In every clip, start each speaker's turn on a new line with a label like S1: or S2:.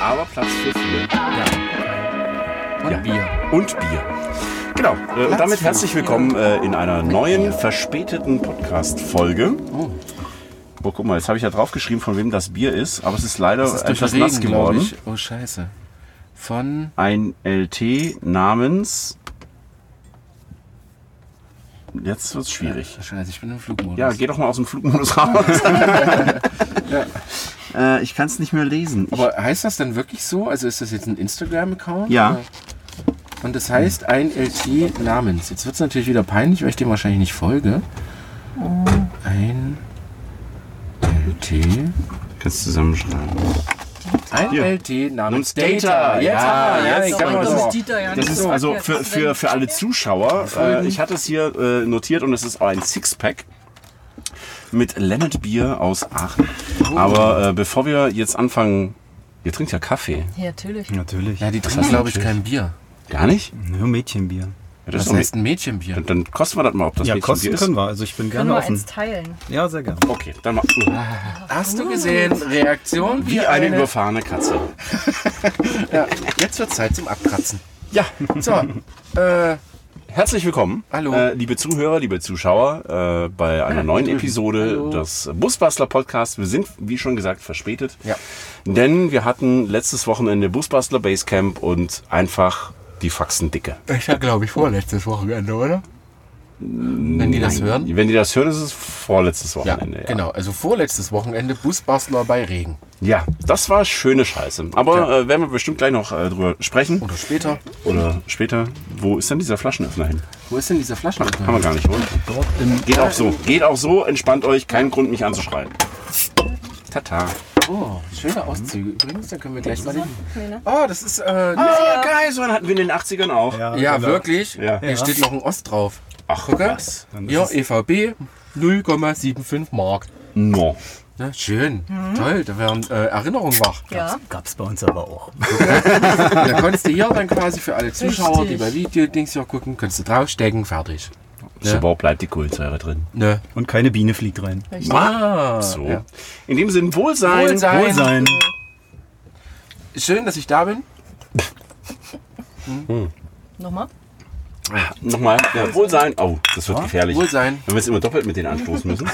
S1: aber Platz für vier.
S2: Ja. Und
S1: Ja.
S2: Bier.
S1: Und Bier. Genau. Äh, und damit herzlich willkommen äh, in einer neuen, verspäteten Podcast-Folge. Oh, guck mal, jetzt habe ich ja draufgeschrieben, von wem das Bier ist, aber es ist leider
S2: Das ist durch
S1: etwas
S2: Regen,
S1: nass
S2: glaube
S1: geworden.
S2: ich. Oh, scheiße. Von
S1: Ein LT namens. Jetzt wird's schwierig.
S2: Oh, Scheiße, ich bin im Flugmodus.
S1: Ja, geh doch mal aus dem Flugmodus raus. äh, ich kann es nicht mehr lesen. Ich-
S2: Aber heißt das denn wirklich so? Also ist das jetzt ein Instagram-Account?
S1: Ja.
S2: Oder- Und das heißt ein LT namens. Jetzt wird es natürlich wieder peinlich, weil ich dem wahrscheinlich nicht folge. Ein LT.
S1: Kannst du zusammenschreiben.
S2: Ein
S1: Hier.
S2: LT namens
S1: Und Data.
S2: Jetzt
S1: Ja,
S2: haben wir-
S1: jetzt
S2: ich
S1: aber
S2: sag mal
S1: das
S2: so.
S1: ist
S3: Dieter ja
S1: Das
S3: nicht
S1: ist
S3: so.
S1: also
S3: Ja,
S1: für,
S3: das
S1: für,
S3: wenn-
S1: für alle Zuschauer. Äh, ich hatte es hier äh, notiert und es ist ein Sixpack mit Lemmet Bier aus Aachen.
S2: Oh.
S1: Aber äh, bevor wir jetzt anfangen, ihr trinkt ja Kaffee.
S3: Ja, natürlich.
S4: Natürlich.
S2: Ja, die trinken, glaube ich, kein Bier.
S1: Gar nicht?
S4: Nur Mädchenbier.
S1: Ja,
S2: Das
S1: doch
S2: heißt
S1: nicht-
S2: ein Mädchenbier.
S1: dann, dann kosten wir das mal, ob das
S4: ja,
S1: Mädchen
S4: kosten
S1: Bier
S4: können wir. Also ich bin
S3: Können
S4: gerne
S3: wir
S4: offen.
S3: eins teilen?
S4: Ja, sehr gerne.
S1: Okay, dann mal.
S2: Hast du gesehen? Reaktion
S1: Wie eine überfahrene Katze.
S2: Ja, jetzt wird Zeit zum Abkratzen.
S1: Ja,
S2: So, äh,
S1: herzlich willkommen.
S2: Hallo. Ah,
S1: Äh, liebe Zuhörer, liebe Zuschauer, äh, bei einer neuen Episode
S2: Hallo.
S1: des Busbastler Podcasts. Wir sind, wie schon gesagt, verspätet.
S2: Ja.
S1: Denn wir hatten letztes Wochenende Busbastler Basecamp und einfach die Faxen dicke.
S2: ich war, glaube ich, vorletztes Wochenende, oder? Wenn die das hören?
S1: Wenn die das hören, ist es vorletztes
S2: Ja,
S1: Wochenende. ja.
S2: genau. Also vorletztes Wochenende Busbastler bei Regen.
S1: Ja, das war schöne Scheiße. Aber äh, werden wir bestimmt gleich noch äh, drüber sprechen.
S2: Oder später.
S1: Oder später. Wo ist denn dieser Flaschenöffner hin?
S2: Wo ist denn dieser Flaschenöffner?
S1: Kann man gar nicht holen.
S4: Dort im
S1: Geht auch so. Geht auch so. Entspannt euch. Kein Grund, mich anzuschreien. Tata.
S2: Oh, schöne Auszüge übrigens. Da können wir gleich mal hin.
S3: Nee, ne?
S2: Oh, das ist. Äh,
S1: Ah, geil. So einen hatten wir in den 80ern auch.
S2: ja, wirklich.
S1: Ja.
S2: Hier
S4: Ja.
S2: steht noch ein Ost drauf.
S1: Ach,
S2: Gucke.
S1: was?
S2: Ja, E EVB 0,75 Mark.
S1: No.
S2: Na, schön. Toll, da werden äh, Erinnerungen wach.
S3: Ja.
S4: Gab's bei uns aber auch.
S2: Und Da konntest du hier dann quasi für alle Zuschauer, die
S3: Richtig.
S2: bei Videodings hier gucken, kannst du draufstecken, fertig. Ja.
S1: Super, bleibt die Kohlensäure drin.
S2: Ne?
S4: Und keine Biene fliegt rein.
S2: Ah,
S1: So.
S2: ja.
S1: In dem Sinn, Wohlsein.
S2: Wohlsein. Nein.
S4: Wohl sein.
S2: Schön, dass ich da bin.
S3: Nochmal?
S1: Ah, Nochmal. Ja, Wohlsein. Oh, das wird gefährlich.
S2: Wohlsein.
S1: Wenn wir es immer doppelt mit denen anstoßen müssen.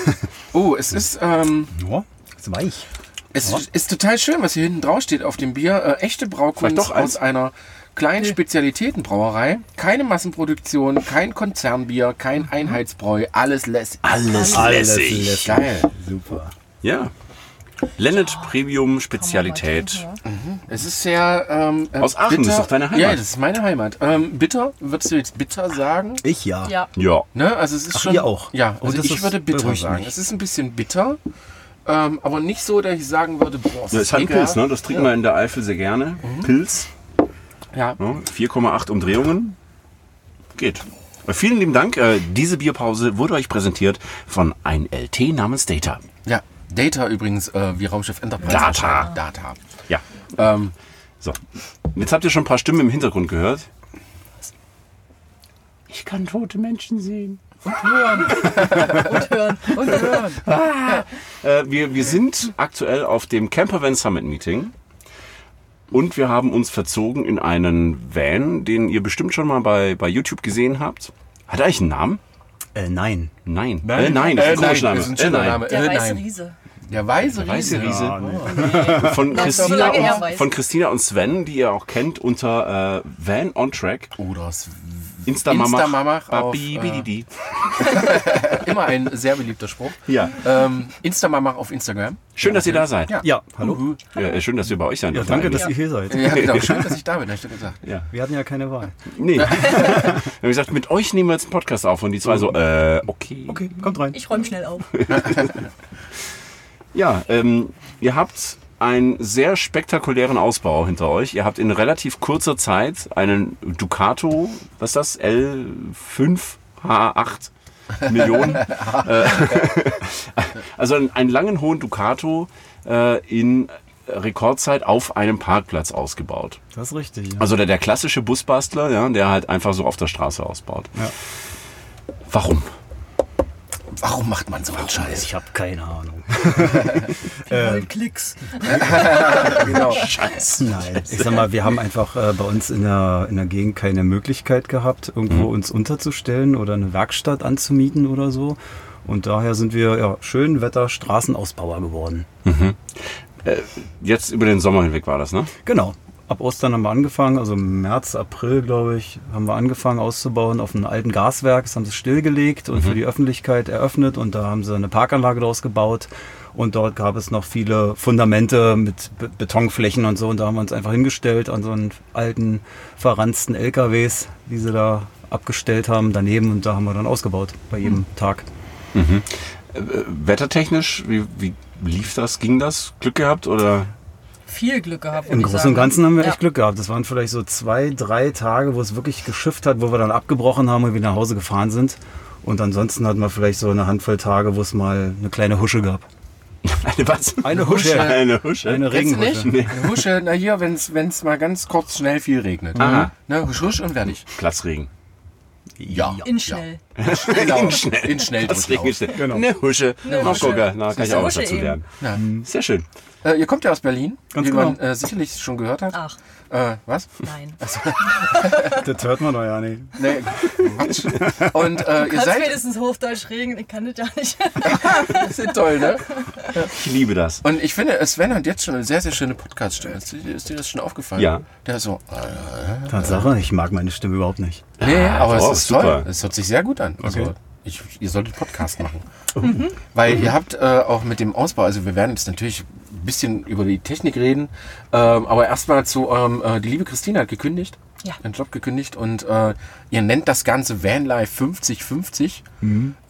S2: Oh, es
S1: Hm.
S2: ist. Ähm,
S4: Ja, ist weich.
S2: Es ist total schön, was hier hinten drauf steht auf dem Bier. Äh, echte Braukunst
S1: Vielleicht doch eins?
S2: aus einer kleinen Spezialitätenbrauerei. Keine Massenproduktion, kein Konzernbier, kein Einheitsbräu. Alles lässig.
S1: Alles
S2: Geil.
S4: Super.
S1: Ja. Lennet Premium Spezialität.
S2: Es ist sehr ähm, äh,
S1: Aus Aachen, das ist doch deine Heimat.
S2: Ja, das ist meine Heimat. Ähm, bitter, würdest du jetzt bitter sagen?
S4: Ich ja.
S3: Ja.
S1: Ja.
S2: Ne? Also es ist
S4: Ach,
S2: schon.
S4: ihr auch?
S2: Ja,
S4: Oh,
S2: also
S4: das
S2: ich
S4: ist-
S2: würde bitter
S4: beruhigt
S2: sagen.
S4: mich.
S2: Es ist ein bisschen bitter, ähm, aber nicht so, dass ich sagen würde, boah,
S1: Das ist halt ein Pilz, ne? Das trinken wir in der Eifel sehr gerne. Pilz.
S2: Ja.
S1: Ne? 4,8 Umdrehungen. Geht. Äh, Vielen lieben Dank. Äh, Diese Bierpause wurde euch präsentiert von ein LT namens Data.
S2: ja. Data übrigens, äh, wie Raumschiff Enterprise.
S1: Data.
S2: erscheint. Data.
S1: Ja.
S2: Ähm,
S1: So. Jetzt habt ihr schon ein paar Stimmen im Hintergrund gehört. Ich kann tote Menschen sehen.
S3: Hören. Und hören.
S1: Äh, wir, wir sind aktuell auf dem Campervan Summit Meeting. Und wir haben uns verzogen in einen Van, den ihr bestimmt schon mal bei, bei YouTube gesehen habt. Hat er eigentlich einen Namen?
S4: Äh, nein.
S1: Nein. Nein, äh, nein, das ist ein
S2: nein,
S1: komischer Name.
S2: das ist ein
S1: äh,
S2: schöner
S1: nein.
S2: Name.
S3: Der
S2: äh,
S3: weiße
S2: nein.
S3: Riese.
S2: Der weiße Oh.
S1: Weiße
S2: Riese.
S1: Riese.
S4: Ah, nee.
S1: Von,
S3: so
S1: Christina
S3: lange her
S1: und,
S3: weiß.
S1: von Christina und Sven, die ihr auch kennt unter äh, Van on Track.
S2: Oder es
S1: Instamamach.
S2: Instamamach auf,
S1: Babi,
S2: äh,
S1: bididi.
S2: immer ein sehr beliebter Spruch.
S1: Ja.
S2: Ähm, Instamamach auf Instagram.
S1: Schön, dass ihr da seid.
S2: Ja.
S4: Ja, hallo.
S2: Uhu.
S1: Ja, äh, schön, dass wir bei euch sein
S4: Ja,
S1: dürfen
S4: danke,
S1: eigentlich.
S4: dass ihr hier seid.
S2: Ja, genau. Schön, dass ich da bin, hab ich doch gesagt.
S4: Wir hatten ja keine Wahl.
S1: Nee. wir haben gesagt, mit euch nehmen wir jetzt einen Podcast auf. Und die zwei so, äh, okay.
S4: Okay, kommt rein.
S3: Ich räume schnell auf.
S1: Ja, ähm, ihr habt einen sehr spektakulären Ausbau hinter euch. Ihr habt in relativ kurzer Zeit einen Ducato, was ist das? L5H8 Millionen. äh, also einen, einen langen, hohen Ducato äh, in Rekordzeit auf einem Parkplatz ausgebaut.
S4: Das ist richtig. Ja.
S1: Also der, der klassische Busbastler, ja, der halt einfach so auf der Straße ausbaut.
S4: Ja.
S1: Warum?
S2: Warum macht man so einen Scheiß?
S4: Ich habe keine Ahnung. Ähm, Klicks.
S2: genau.
S1: Scheiße.
S4: Nein. Ich sag mal, wir haben einfach äh, bei uns in der, in der Gegend keine Möglichkeit gehabt, irgendwo uns unterzustellen oder eine Werkstatt anzumieten oder so. Und daher sind wir ja, schön Wetter Straßenausbauer geworden.
S1: Jetzt über den Sommer hinweg war das, ne?
S4: Genau. Ab Ostern haben wir angefangen, also im März, April, glaube ich, haben wir angefangen auszubauen auf einem alten Gaswerk. Das haben sie stillgelegt und für die Öffentlichkeit eröffnet und da haben sie eine Parkanlage draus gebaut. Und dort gab es noch viele Fundamente mit Be Betonflächen und so. Und da haben wir uns einfach hingestellt an so einen alten, verranzten LKWs, die sie da abgestellt haben daneben. Und da haben wir dann ausgebaut bei jedem Tag.
S1: Äh, Wettertechnisch, wie, wie lief das? Ging das? Glück gehabt oder?
S3: Viel Glück gehabt.
S4: Im
S3: würd ich
S4: Großen und
S3: sagen.
S4: Ganzen haben wir
S3: Ja.
S4: echt Glück gehabt. Das waren vielleicht so zwei, drei Tage, wo es wirklich geschifft hat, wo wir dann abgebrochen haben und wieder nach Hause gefahren sind. Und ansonsten hatten wir vielleicht so eine Handvoll Tage, wo es mal eine kleine Husche gab.
S1: Eine was?
S4: Eine Husche.
S1: Eine Husche.
S4: Eine
S2: Kennst du
S4: Regenhusche.
S2: nicht? Eine Husche, na hier, wenn's, wenn's mal ganz kurz schnell viel regnet.
S1: Aha.
S2: Ne, husch, husch und fertig.
S1: Platzregen.
S2: Ja.
S3: In schnell.
S2: Genau. In schnell. In schnell
S1: Platzregen
S2: durchlauf.
S1: ist genau. Eine Husche.
S3: Eine
S1: Na,
S3: Husche.
S1: guck, na, kann ich auch was
S3: Husche
S1: dazu
S3: eben. Mhm.
S1: lernen.
S2: Ja.
S1: Sehr schön.
S2: Äh, ihr kommt ja aus Berlin,
S4: Ganz
S2: wie
S4: genau.
S2: man äh, sicherlich schon gehört hat.
S3: Ach,
S2: Äh, was?
S3: nein.
S4: Das hört man doch ja nicht.
S2: Nee, Quatsch. Und äh, ihr
S3: Kannst
S2: seid,
S3: wenigstens Hochdeutsch reden? Ich kann das ja nicht.
S2: das ist toll, ne?
S1: Ich liebe das.
S2: Und ich finde, Sven hat jetzt schon eine sehr, sehr schöne Podcast-Stimme. Ist, dir- ist dir das schon aufgefallen?
S1: Ja.
S2: Der ist so, äh,
S4: Tatsache, ich mag meine Stimme überhaupt nicht.
S2: nee, aber
S1: doch,
S2: es ist
S1: super.
S2: toll. also Es hört sich sehr gut an. Also,
S4: Okay.
S2: ich, ihr solltet Podcast machen. Mhm. Weil ihr habt äh, auch mit dem Ausbau, also wir werden jetzt natürlich ein bisschen über die Technik reden, ähm, aber erstmal zu eurem, äh, die liebe Christine hat gekündigt,
S3: Ja.
S2: ihren Job gekündigt und äh, ihr nennt das Ganze Vanlife 5050.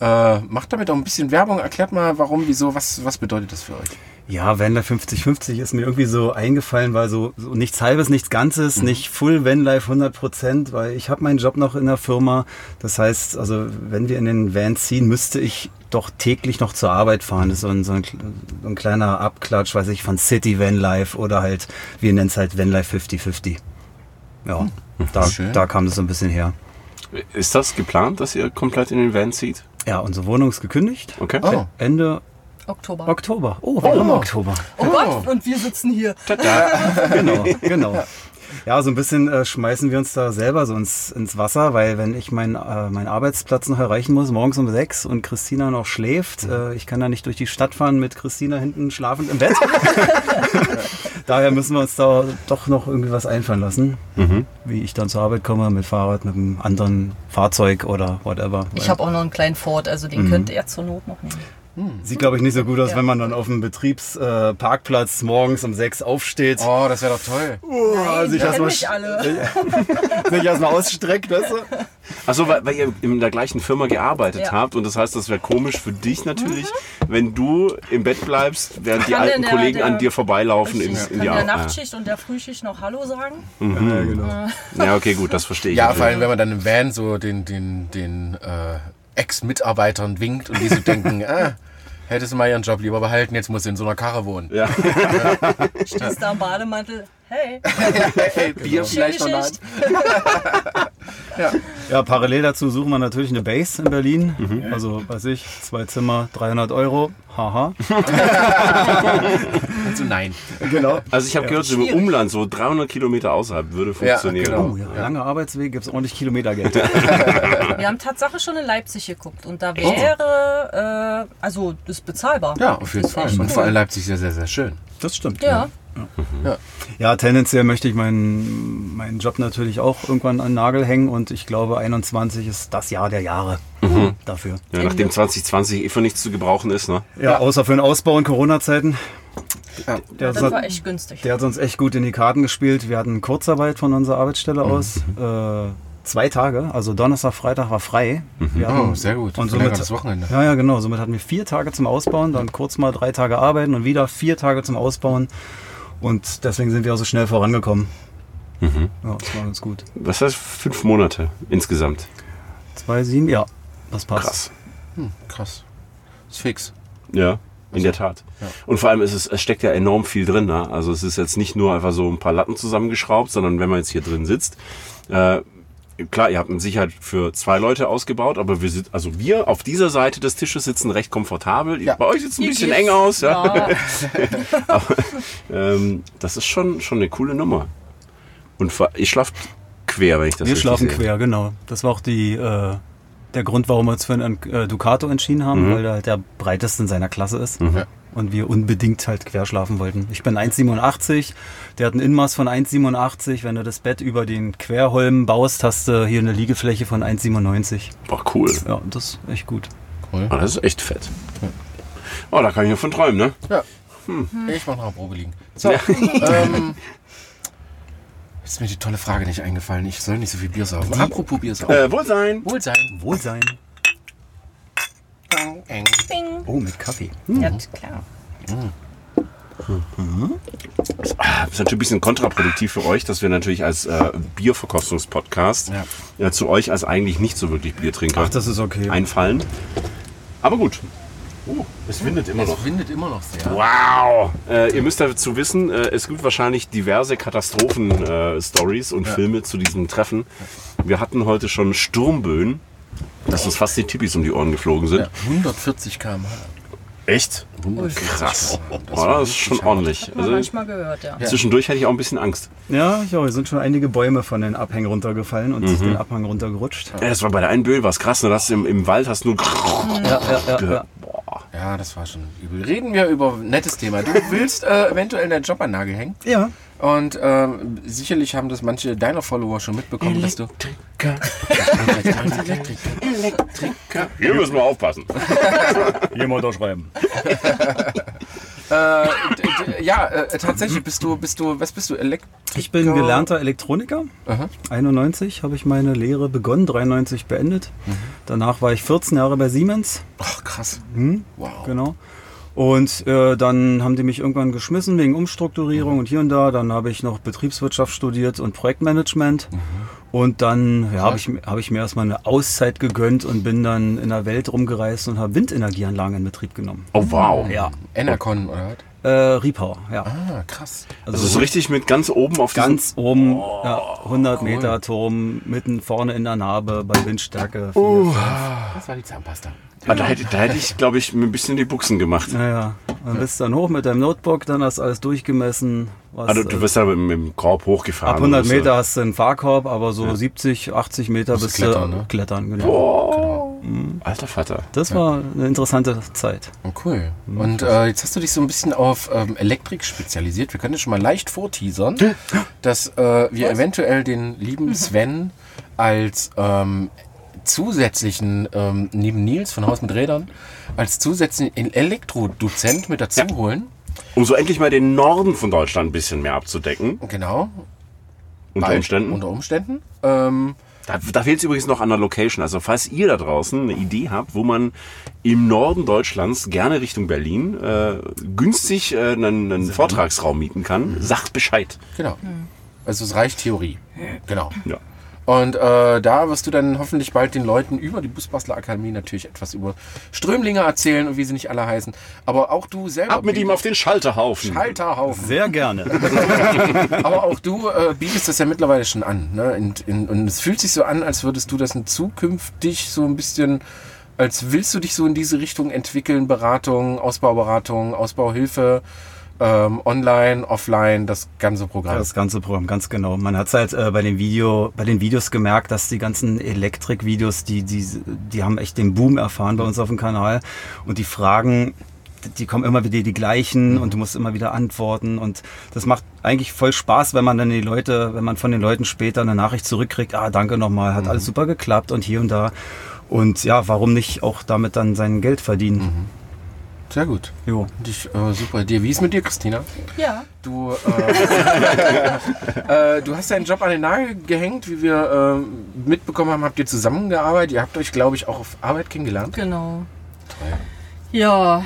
S2: Äh, macht damit auch ein bisschen Werbung, erklärt mal warum, wieso, was, was bedeutet das für euch?
S4: Ja, Vanlife 50-50 ist mir irgendwie so eingefallen, weil so, so nichts Halbes, nichts Ganzes, nicht Full Vanlife 100%, weil ich habe meinen Job noch in der Firma. Das heißt, also wenn wir in den Van ziehen, müsste ich doch täglich noch zur Arbeit fahren. Das ist so ein, so ein, so ein kleiner Abklatsch, weiß ich, von City Vanlife oder halt, wir nennen es halt Vanlife 50-50. Ja, da,
S2: Schön.
S4: da kam das so ein bisschen her.
S1: Ist das geplant, dass ihr komplett in den Van zieht?
S4: Ja, unsere Wohnung ist gekündigt.
S1: Okay.
S2: Oh.
S4: Ende
S3: Oktober.
S4: Oktober. Oh, wir haben Oktober.
S3: Oh Gott, und wir sitzen hier.
S4: genau, genau. Ja, so ein bisschen äh, schmeißen wir uns da selber so ins, ins Wasser, weil wenn ich meinen äh, meinen Arbeitsplatz noch erreichen muss, morgens um sechs und Christina noch schläft, äh, ich kann da nicht durch die Stadt fahren mit Christina hinten schlafend im Bett. Daher müssen wir uns da doch noch irgendwie was einfallen lassen, wie ich dann zur Arbeit komme mit Fahrrad, mit einem anderen Fahrzeug oder whatever.
S3: Ich
S4: Weil
S3: habe auch noch einen kleinen Ford, also den könnt ihr zur Not noch nehmen.
S4: Sieht, glaube ich, nicht so gut aus,
S3: Ja.
S4: wenn man dann auf dem Betriebsparkplatz äh, Parkplatz morgens um sechs aufsteht.
S2: Oh, das wäre doch toll.
S4: Nein, sich
S3: die
S4: erstmal
S3: kennen mich alle.
S4: sch- sich erstmal ausstreckt, weißt du?
S1: Achso, Also, weil, weil ihr in der gleichen Firma gearbeitet
S3: Ja. Mhm.
S1: habt und das heißt, das wäre komisch für dich natürlich, wenn du im Bett bleibst, während die
S3: kann
S1: alten
S3: der-
S1: Kollegen
S3: der-
S1: an dir vorbeilaufen
S3: Ich
S1: ins, in
S3: kann
S1: die Ah.
S3: der
S1: Arbeit.
S3: Nachtschicht und der Frühschicht noch Hallo sagen.
S4: Ja, genau.
S1: Ja, okay, gut, das verstehe ich.
S2: Ja, vor
S1: natürlich.
S2: allem, wenn man dann im Van so den, den, den äh, Ex-Mitarbeitern winkt und die so denken, ah, hättest du mal ihren Job lieber behalten, jetzt musst du in so einer Karre wohnen.
S1: Ja.
S3: Stehst da im Bademantel. Hey,
S2: Hey, Bier vielleicht noch
S3: Schicht.
S4: Ja, parallel dazu suchen wir natürlich eine Base in Berlin. Also, weiß ich, zwei Zimmer, 300 Euro. Haha.
S2: Also nein.
S4: Genau.
S1: Also ich habe gehört, so im Umland, so 300 Kilometer außerhalb würde funktionieren.
S2: genau.
S4: Oh ja, lange Arbeitsweg, gibt's ordentlich Kilometergeld.
S3: Wir haben Tatsache schon in Leipzig geguckt und da wäre, äh, also das ist bezahlbar.
S2: Ja, auf jeden Fall. Und vor allem Leipzig ist ja sehr, sehr schön.
S4: Das stimmt.
S3: Ja,
S4: Ja, tendenziell möchte ich meinen, meinen Job natürlich auch irgendwann an den Nagel hängen und ich glaube, 21 ist das Jahr der Jahre dafür.
S1: Ja, nachdem 2020 eh für nichts zu gebrauchen ist, ne?
S4: Ja, außer für den Ausbau in Corona-Zeiten.
S2: Ja.
S4: Der,
S3: das war echt günstig.
S4: Also, Der hat uns echt gut in die Karten gespielt. Wir hatten Kurzarbeit von unserer Arbeitsstelle aus. Äh, zwei Tage, also Donnerstag, Freitag war frei. Wir hatten-
S2: Oh, sehr gut.
S4: Und somit,
S2: Verlängertes Wochenende.
S4: Ja, ja, genau. Somit hatten wir vier Tage zum Ausbauen, dann kurz mal drei Tage arbeiten und wieder vier Tage zum Ausbauen. Und deswegen sind wir auch so schnell vorangekommen.
S1: Mhm.
S4: Ja, das war ganz gut.
S1: Was heißt fünf Monate insgesamt?
S4: Zwei, sieben, ja, das passt.
S1: Krass.
S2: Hm, krass. Ist fix.
S1: Ja, in der Tat. Und vor allem ist es, es steckt ja enorm viel drin. Ne? Also es ist jetzt nicht nur einfach so ein paar Latten zusammengeschraubt, sondern wenn man jetzt hier drin sitzt, äh, klar, ihr habt mit Sicherheit für zwei Leute ausgebaut, aber wir sind, also wir auf dieser Seite des Tisches sitzen recht komfortabel.
S2: Ja.
S1: Bei euch sieht es ein
S3: Hier
S1: bisschen
S3: geht's.
S1: eng aus, ja.
S3: Ja.
S1: Aber, ähm, das ist schon, schon eine coole Nummer. Und vor- ihr schlaft quer, wenn ich das
S4: wir
S1: richtig
S4: schlafen
S1: sehe.
S4: quer, genau. Das war auch die, äh, der Grund, warum wir uns für einen äh, Ducato entschieden
S1: Mhm.
S4: haben, weil der halt der breiteste in seiner Klasse ist. Und wir unbedingt halt quer schlafen wollten. Ich bin 1,87, der hat ein Inmaß von 1,87. Wenn du das Bett über den Querholm baust, hast du hier eine Liegefläche von 1,97.
S1: Boah, cool.
S4: Ja, das ist echt gut.
S2: Cool.
S1: Ah, das ist echt fett. Oh, da kann ich nur von träumen, ne?
S2: Ja. Mhm. Ich mach noch eine Probe liegen. So. Ähm, ist mir die tolle Frage nicht eingefallen. Ich soll nicht so viel Bier saufen. Apropos Bier
S4: Oh.
S2: saufen.
S1: Äh, Wohlsein.
S2: Wohlsein.
S4: Wohlsein.
S2: Eng, eng.
S3: Bing.
S4: Oh, mit Kaffee.
S3: Ja, klar.
S1: Das ist natürlich ein bisschen kontraproduktiv für euch, dass wir natürlich als äh, Bierverkostungspodcast
S2: Ja.
S1: ja, zu euch als eigentlich nicht so wirklich Biertrinker
S4: Ach, das ist okay.
S1: einfallen. Aber gut. Oh, es windet immer noch.
S2: Es windet immer noch sehr.
S1: Wow! Äh, ihr müsst dazu wissen, äh, es gibt wahrscheinlich diverse Katastrophen-Stories und Filme zu diesem Treffen. Wir hatten heute schon Sturmböen, dass uns fast die Tippis um die Ohren geflogen sind.
S2: Ja, 140 km/h.
S1: Echt? Krass. Oh, das ist schon ordentlich.
S3: Hat man
S1: Also,
S3: manchmal gehört, ja.
S1: zwischendurch hätte ich auch ein bisschen Angst.
S4: Ja, ich auch. Hier sind schon einige Bäume von den Abhängen runtergefallen und den Abhang runtergerutscht.
S1: Ja, das war bei der einen Böe, war Äh, es krass. Ne? Das im, Im Wald hast du nur
S4: Ja, ja, ja, ja.
S1: Boah.
S2: Ja, das war schon übel. Reden wir über ein nettes Thema. Du willst äh, eventuell deinen Job an den Nagel hängen.
S4: ja.
S2: Und ähm, sicherlich haben das manche deiner Follower schon mitbekommen, dass du.
S1: Hier müssen wir aufpassen.
S4: Hier mal unterschreiben.
S2: Äh, d- d- ja, äh, tatsächlich bist du, bist du, was bist du? Elekt
S4: Ich bin gelernter Elektroniker.
S2: Aha.
S4: 91 habe ich meine Lehre begonnen, 93 beendet. Danach war ich 14 Jahre bei Siemens,
S2: Ach, krass. Wow.
S4: genau. Und äh, dann haben die mich irgendwann geschmissen wegen Umstrukturierung
S1: Mhm.
S4: und hier und da. Dann habe ich noch Betriebswirtschaft studiert und Projektmanagement.
S1: Mhm.
S4: Und dann ja, habe ich, mir- habe ich mir erstmal eine Auszeit gegönnt und bin dann in der Welt rumgereist und habe Windenergieanlagen in Betrieb genommen.
S1: Oh, wow.
S4: Ja.
S2: Enercon, oder was?
S4: Äh, Repower, ja. Also
S2: Ah, krass.
S1: Das ist richtig Oh, mit ganz oben auf diesem-
S4: Ganz oben, ja, 100 Meter Turm, mitten vorne in der Narbe bei Windstärke. vier.
S1: Oh.
S2: Das war die Zahnpasta.
S1: Ah, Da hätte, da hätte ich, glaube ich, mir ein bisschen die Buchsen gemacht.
S4: Naja, dann bist du dann hoch mit deinem Notebook, dann hast du alles durchgemessen. Was,
S1: Also, du
S4: äh,
S1: wirst da mit, mit dem Korb hochgefahren.
S4: ab 100
S1: Also,
S4: Meter hast du einen Fahrkorb, aber so 70, 80 Meter
S2: du
S4: bist du
S2: klettern, ne?
S4: klettern genau.
S1: Alter Vater.
S4: Das war eine interessante Zeit.
S2: Oh, cool.
S1: Mhm.
S2: Und äh, jetzt hast du dich so ein bisschen auf ähm, Elektrik spezialisiert. Wir können das schon mal leicht vorteasern, dass äh, wir eventuell den
S1: Mhm.
S2: lieben Sven als ähm, zusätzlichen, ähm, neben Nils von Haus mit Rädern, als zusätzlichen Elektrodozent mit dazu holen.
S1: Um so endlich mal den Norden von Deutschland ein bisschen mehr abzudecken.
S2: Genau.
S1: Unter
S2: Bei-
S1: Umständen.
S2: Unter Umständen. Ähm,
S1: Da, da fehlt es übrigens noch an der Location. Also falls ihr da draußen eine Idee habt, wo man im Norden Deutschlands gerne Richtung Berlin äh, günstig äh, einen, einen Vortragsraum mieten kann, sagt Bescheid.
S2: genau. Also es reicht Theorie. Genau.
S1: Mhm. Ja.
S2: Und äh, da wirst du dann hoffentlich bald den Leuten über die Busbastler Akademie natürlich etwas über Strömlinge erzählen und wie sie nicht alle heißen. Aber auch du selber.
S1: Ab mit ihm auf den Schalterhaufen.
S2: Halterhaufen.
S4: Sehr gerne.
S2: Aber auch du äh, bietest das ja mittlerweile schon an. Ne? Und, in, und es fühlt sich so an, als würdest du das in zukünftig so ein bisschen, als willst du dich so in diese Richtung entwickeln, Beratung, Ausbauberatung, Ausbauhilfe, ähm, online, offline, das ganze Programm.
S4: Das ganze Programm, ganz genau. Man hat es halt äh, bei, dem Video, bei den Videos gemerkt, dass die ganzen Elektrik-Videos, die, die, die haben echt den Boom erfahren bei uns auf dem Kanal. Und die Fragen, die kommen immer wieder die gleichen und du musst immer wieder antworten. Und das macht eigentlich voll Spaß, wenn man dann die Leute, wenn man von den Leuten später eine Nachricht zurückkriegt, ah, danke nochmal, hat alles super geklappt und hier und da. Und ja, warum nicht auch damit dann sein Geld verdienen?
S2: Sehr gut.
S4: Jo.
S2: Finde ich äh, super. Dir, wie ist mit dir, Christina?
S3: Ja.
S2: Du, äh, äh, du hast deinen Job an den Nagel gehängt, wie wir äh, mitbekommen haben, habt ihr zusammengearbeitet. Ihr habt euch, glaube ich, auch auf Arbeit kennengelernt.
S3: Genau. Ja.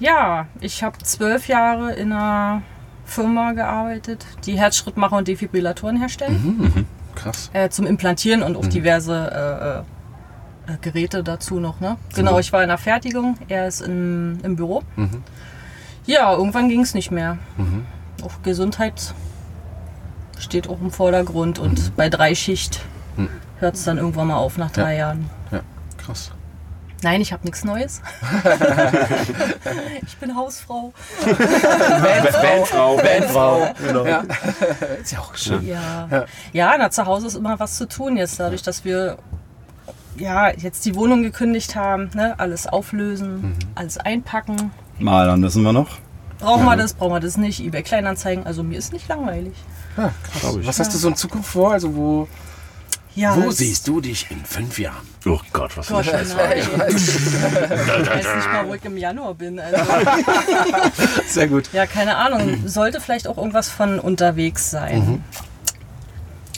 S3: Ja, ich habe zwölf Jahre in einer Firma gearbeitet, die Herzschrittmacher und Defibrillatoren herstellen.
S2: Krass.
S3: Äh, zum Implantieren und auch diverse äh, äh, äh, Geräte dazu noch. Ne? Genau, ich war in der Fertigung, er ist im, im Büro. Ja, irgendwann ging es nicht mehr. Auch Gesundheit steht auch im Vordergrund und bei Dreischicht hört es dann irgendwann mal auf nach drei Jahren.
S2: Ja, krass.
S3: Nein, ich habe nichts Neues. ich bin Hausfrau.
S1: Bandfrau.
S2: Bandfrau.
S4: Genau.
S2: Ja. Ist ja auch schön.
S3: Ja, ja na, zu Hause ist immer was zu tun jetzt, dadurch, dass wir ja, jetzt die Wohnung gekündigt haben, ne? alles auflösen, alles einpacken.
S4: Mal, dann wissen wir noch.
S3: Brauchen wir das, brauchen wir das nicht, eBay Kleinanzeigen, also mir ist nicht langweilig.
S2: Ja, krass. Was hast du so in Zukunft vor? Also wo,
S3: Ja,
S2: wo
S3: das-
S2: siehst du dich in fünf Jahren?
S1: Oh Gott, was
S3: Gott,
S1: ist das?
S3: nein, ich weiß nicht mal, wo ich im Januar bin. Also,
S2: Sehr gut.
S3: ja, keine Ahnung. Sollte vielleicht auch irgendwas von unterwegs sein.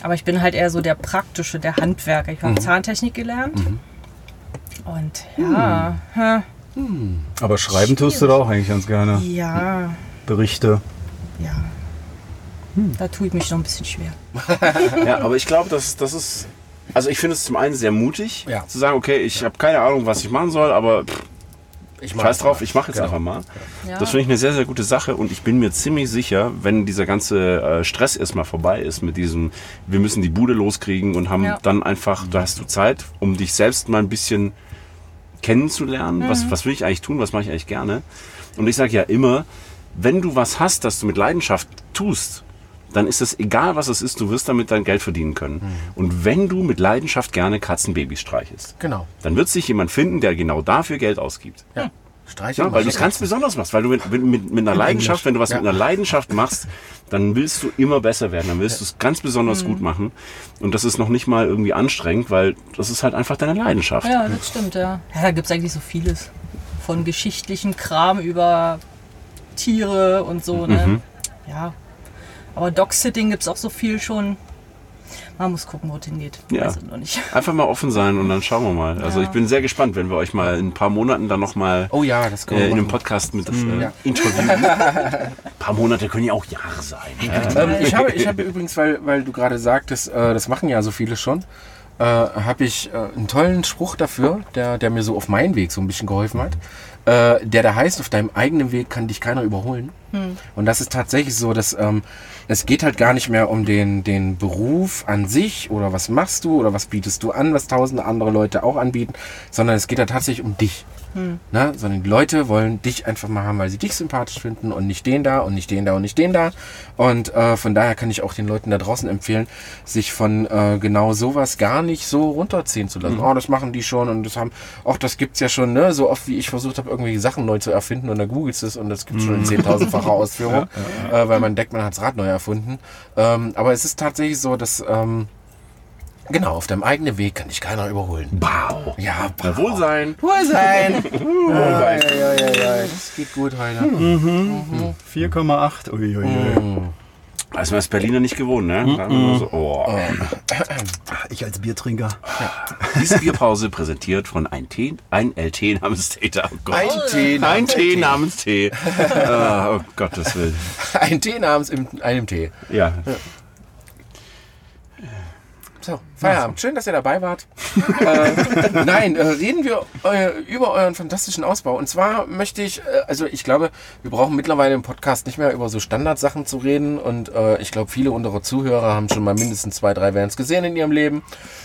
S3: Aber ich bin halt eher so der praktische, der Handwerker. Ich habe Zahntechnik gelernt. Und ja, hä,
S4: Aber schreiben tust du da auch eigentlich ganz gerne.
S3: ja,
S4: Berichte.
S3: ja. Da tue ich mich noch ein bisschen schwer.
S1: Ja, aber ich glaube, das, das ist. Also ich finde es zum einen sehr mutig,
S2: Ja.
S1: zu sagen, okay, ich habe keine Ahnung, was ich machen soll, aber pff,
S2: Ich
S1: scheiß drauf, ich mache jetzt einfach mal.
S3: Ja.
S1: Das finde ich eine sehr, sehr gute Sache und ich bin mir ziemlich sicher, wenn dieser ganze äh, Stress erstmal vorbei ist mit diesem, wir müssen die Bude loskriegen und haben
S3: Ja.
S1: dann einfach, da hast du Zeit, um dich selbst mal ein bisschen kennenzulernen.
S3: Mhm.
S1: Was, was will ich eigentlich tun, was mache ich eigentlich gerne? Und ich sage ja immer, wenn du was hast, das du mit Leidenschaft tust, dann ist es egal, was es ist, du wirst damit dein Geld verdienen können. Und wenn du mit Leidenschaft gerne Katzenbabys streichelst,
S2: Genau.
S1: dann wird sich jemand finden, der genau dafür Geld ausgibt.
S2: Ja. Streichel
S1: Ja, weil du es ganz besonders machst, weil du mit, mit, mit mit einer Leidenschaft, wenn du was
S2: ja.
S1: mit einer Leidenschaft machst, dann willst du immer besser werden, dann willst du es ganz besonders gut machen und das ist noch nicht mal irgendwie anstrengend, weil das ist halt einfach deine Leidenschaft.
S3: Ja, das stimmt, ja. ja da gibt es eigentlich so vieles. Von geschichtlichen Kram über Tiere und so, ne? Ja. Aber Dog-Sitting gibt es auch so viel schon. Man muss gucken, wo es hingeht.
S1: Ja.
S3: Weiß ich noch nicht.
S1: Einfach mal offen sein und dann schauen wir mal. Also
S3: Ja.
S1: ich bin sehr gespannt, wenn wir euch mal in ein paar Monaten dann nochmal
S2: Oh ja, das können
S1: äh,
S2: wir
S1: in einem
S2: machen.
S1: Podcast mit äh,
S2: Ja.
S1: interviewen. ein paar Monate können ja auch Jahre sein. ne? Ja.
S2: Ähm, ich, habe, ich habe übrigens, weil, weil du gerade sagtest, äh, das machen ja so viele schon, äh, habe ich äh, einen tollen Spruch dafür, der, der mir so auf meinen Weg so ein bisschen geholfen hat. Äh, der da heißt, auf deinem eigenen Weg kann dich keiner überholen. Und das ist tatsächlich so, dass ähm, es geht halt gar nicht mehr um den, den Beruf an sich oder was machst du oder was bietest du an, was tausende andere Leute auch anbieten, sondern es geht da tatsächlich um dich. Ne? Sondern die Leute wollen dich einfach mal haben, weil sie dich sympathisch finden und nicht den da und nicht den da und nicht den da. Und äh, von daher kann ich auch den Leuten da draußen empfehlen, sich von äh, genau sowas gar nicht so runterziehen zu lassen. Oh, das machen die schon und das haben, auch das gibt's ja schon, ne? So oft wie ich versucht habe, irgendwie Sachen neu zu erfinden und dann googelst es und das gibt's schon in 10.000-facher Ausführung, Äh, weil man denkt, man hat's Rad neu erfunden. Ähm, aber es ist tatsächlich so, dass, ähm, genau, auf deinem eigenen Weg kann dich keiner überholen.
S1: Wow.
S2: Ja,
S1: Na, Wohlsein.
S2: Wohl sein! Hm. ja, ja, ja, ja, das geht gut heute.
S4: 4,8. Uiuiui.
S1: Also man ist Berliner nicht gewohnt, ne? Sagen wir nur So, oh.
S4: Ich als Biertrinker.
S1: Diese Bierpause präsentiert von ein, Tee, ein LT namens Täter. Oh Gott.
S2: Ein Tee namens
S1: Ein Tee
S2: Tee.
S1: namens Tee. Ah, oh Gottes Willen.
S2: Ein Tee namens in einem Tee.
S1: Ja.
S2: So, Feierabend. Schön, dass ihr dabei wart. äh, nein, äh, reden wir eu über euren fantastischen Ausbau. Und zwar möchte ich, äh, also ich glaube, wir brauchen mittlerweile im Podcast nicht mehr über so Standardsachen zu reden. Und äh, ich glaube, viele unserer Zuhörer haben schon mal mindestens zwei, drei Vans gesehen in ihrem Leben.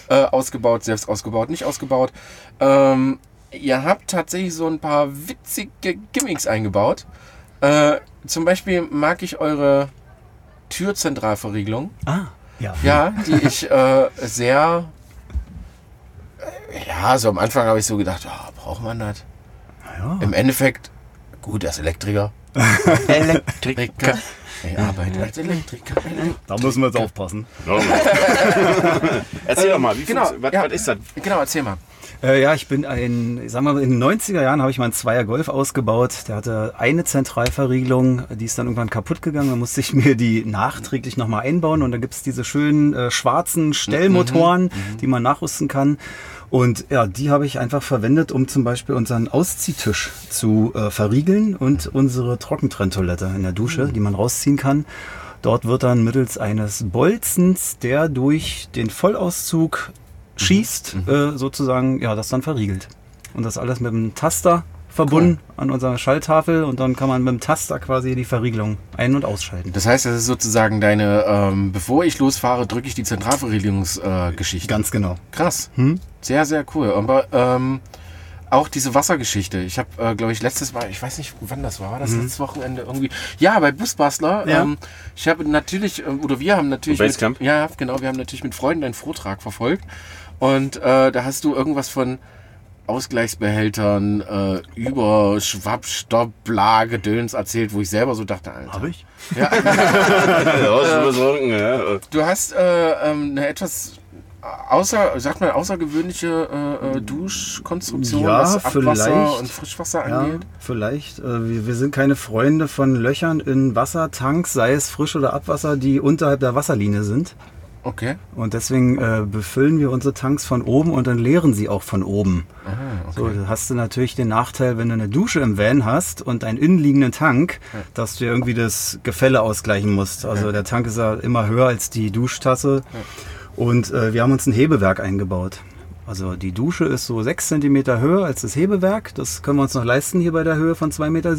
S2: Äh, ausgebaut, selbst ausgebaut, nicht ausgebaut. Ähm, ihr habt tatsächlich so ein paar witzige Gimmicks eingebaut. Äh, zum Beispiel mag ich eure Türzentralverriegelung.
S4: Ah. Ja.
S2: Ja, die ich äh, sehr. Ja, so am Anfang habe ich so gedacht, oh, braucht man das?
S4: ja.
S2: Im Endeffekt, gut, als Elektriker. Elektriker. Ich arbeite als Elektriker.
S4: Da müssen wir jetzt aufpassen.
S1: Erzähl doch mal, wie
S2: Genau,
S1: genau, was,
S2: ja.
S1: was ist das?
S2: Genau, erzähl mal.
S4: Äh, ja, ich bin ein, ich sag mal, in den 90er Jahren habe ich meinen Zweier Golf ausgebaut. Der hatte eine Zentralverriegelung, die ist dann irgendwann kaputt gegangen. Da musste ich mir die nachträglich nochmal einbauen. Und da gibt's diese schönen äh, schwarzen Stellmotoren, die man nachrüsten kann. Und ja, die habe ich einfach verwendet, um zum Beispiel unseren Ausziehtisch zu äh, verriegeln und unsere Trockentrenntoilette in der Dusche, die man rausziehen kann. Dort wird dann mittels eines Bolzens, der durch den Mhm. Vollauszug schießt, äh, sozusagen, ja, das dann verriegelt. Und das alles mit einem Taster verbunden an unserer Schalltafel und dann kann man mit dem Taster quasi die Verriegelung ein- und ausschalten.
S2: Das heißt, das ist sozusagen deine, ähm, bevor ich losfahre, drücke ich die Zentralverriegelungsgeschichte. Äh, Geschichte.
S4: Ganz genau.
S2: Krass. Sehr, sehr cool. Aber ähm, auch diese Wassergeschichte. Ich habe, äh, glaube ich, letztes Mal, ich weiß nicht, wann das war, war das letztes Wochenende irgendwie. Ja, bei Busbastler.
S4: Ja.
S2: Ähm, ich habe natürlich, ähm, oder wir haben natürlich.
S1: Und Basecamp?
S2: Mit, ja, genau, wir haben natürlich mit Freunden einen Vortrag verfolgt. Und äh, da hast du irgendwas von Ausgleichsbehältern äh, über Schwappstopp, bla, Gedöns erzählt, wo ich selber so dachte, Alter.
S4: Habe ich?
S1: Ja,
S2: Du hast äh, ähm, eine etwas außer, sagt man, außergewöhnliche äh, äh, Duschkonstruktion,
S4: Ja,
S2: was Abwasser
S4: vielleicht.
S2: und Frischwasser
S4: Ja,
S2: angeht.
S4: vielleicht. Äh, wir, wir sind keine Freunde von Löchern in Wassertanks, sei es Frisch- oder Abwasser, die unterhalb der Wasserlinie sind.
S2: Okay.
S4: Und deswegen äh, befüllen wir unsere Tanks von oben und dann leeren sie auch von oben. So, da hast du natürlich den Nachteil, wenn du eine Dusche im Van hast und einen innenliegenden Tank, dass du ja irgendwie das Gefälle ausgleichen musst. Also der Tank ist ja immer höher als die Duschtasse. Und äh, wir haben uns ein Hebewerk eingebaut. Also die Dusche ist so 6 cm höher als das Hebewerk. Das können wir uns noch leisten hier bei der Höhe von 2,17 Meter.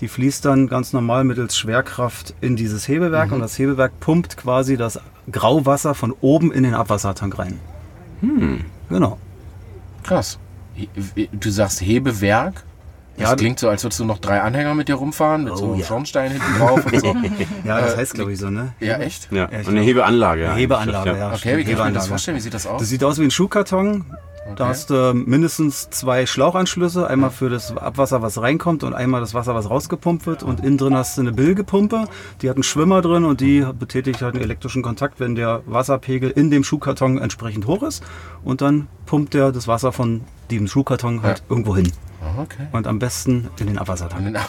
S4: Die fließt dann ganz normal mittels Schwerkraft in dieses Hebewerk und das Hebewerk pumpt quasi das Grauwasser von oben in den Abwassertank rein. Genau.
S2: Krass. He- he- Du sagst Hebewerk. Das
S4: Ja,
S2: klingt so, als würdest du noch drei Anhänger mit dir rumfahren, mit so
S4: Oh,
S2: einem
S4: ja.
S2: Schornstein hinten drauf und so.
S4: Ja, das heißt glaube ich so, ne?
S2: ja, echt?
S1: ja. Und eine Hebeanlage. ja,
S4: Hebeanlage,
S1: eigentlich,
S4: ja.
S2: Okay, wie kann ich mir das
S4: Hebeanlage.
S2: vorstellen? Wie sieht das
S4: Das
S2: aus?
S4: sieht aus wie ein Schuhkarton. Da
S2: Okay.
S4: hast du mindestens zwei Schlauchanschlüsse. Einmal für das Abwasser, was reinkommt und einmal das Wasser, was rausgepumpt wird. Und innen drin hast du eine Bilgepumpe. Die hat einen Schwimmer drin und die betätigt halt einen elektrischen Kontakt, wenn der Wasserpegel in dem Schuhkarton entsprechend hoch ist. Und dann pumpt der das Wasser von diesem Schuhkarton halt irgendwo hin.
S2: Ja. Oh, Okay.
S4: Und am besten in den Abwassertank.
S1: Ja.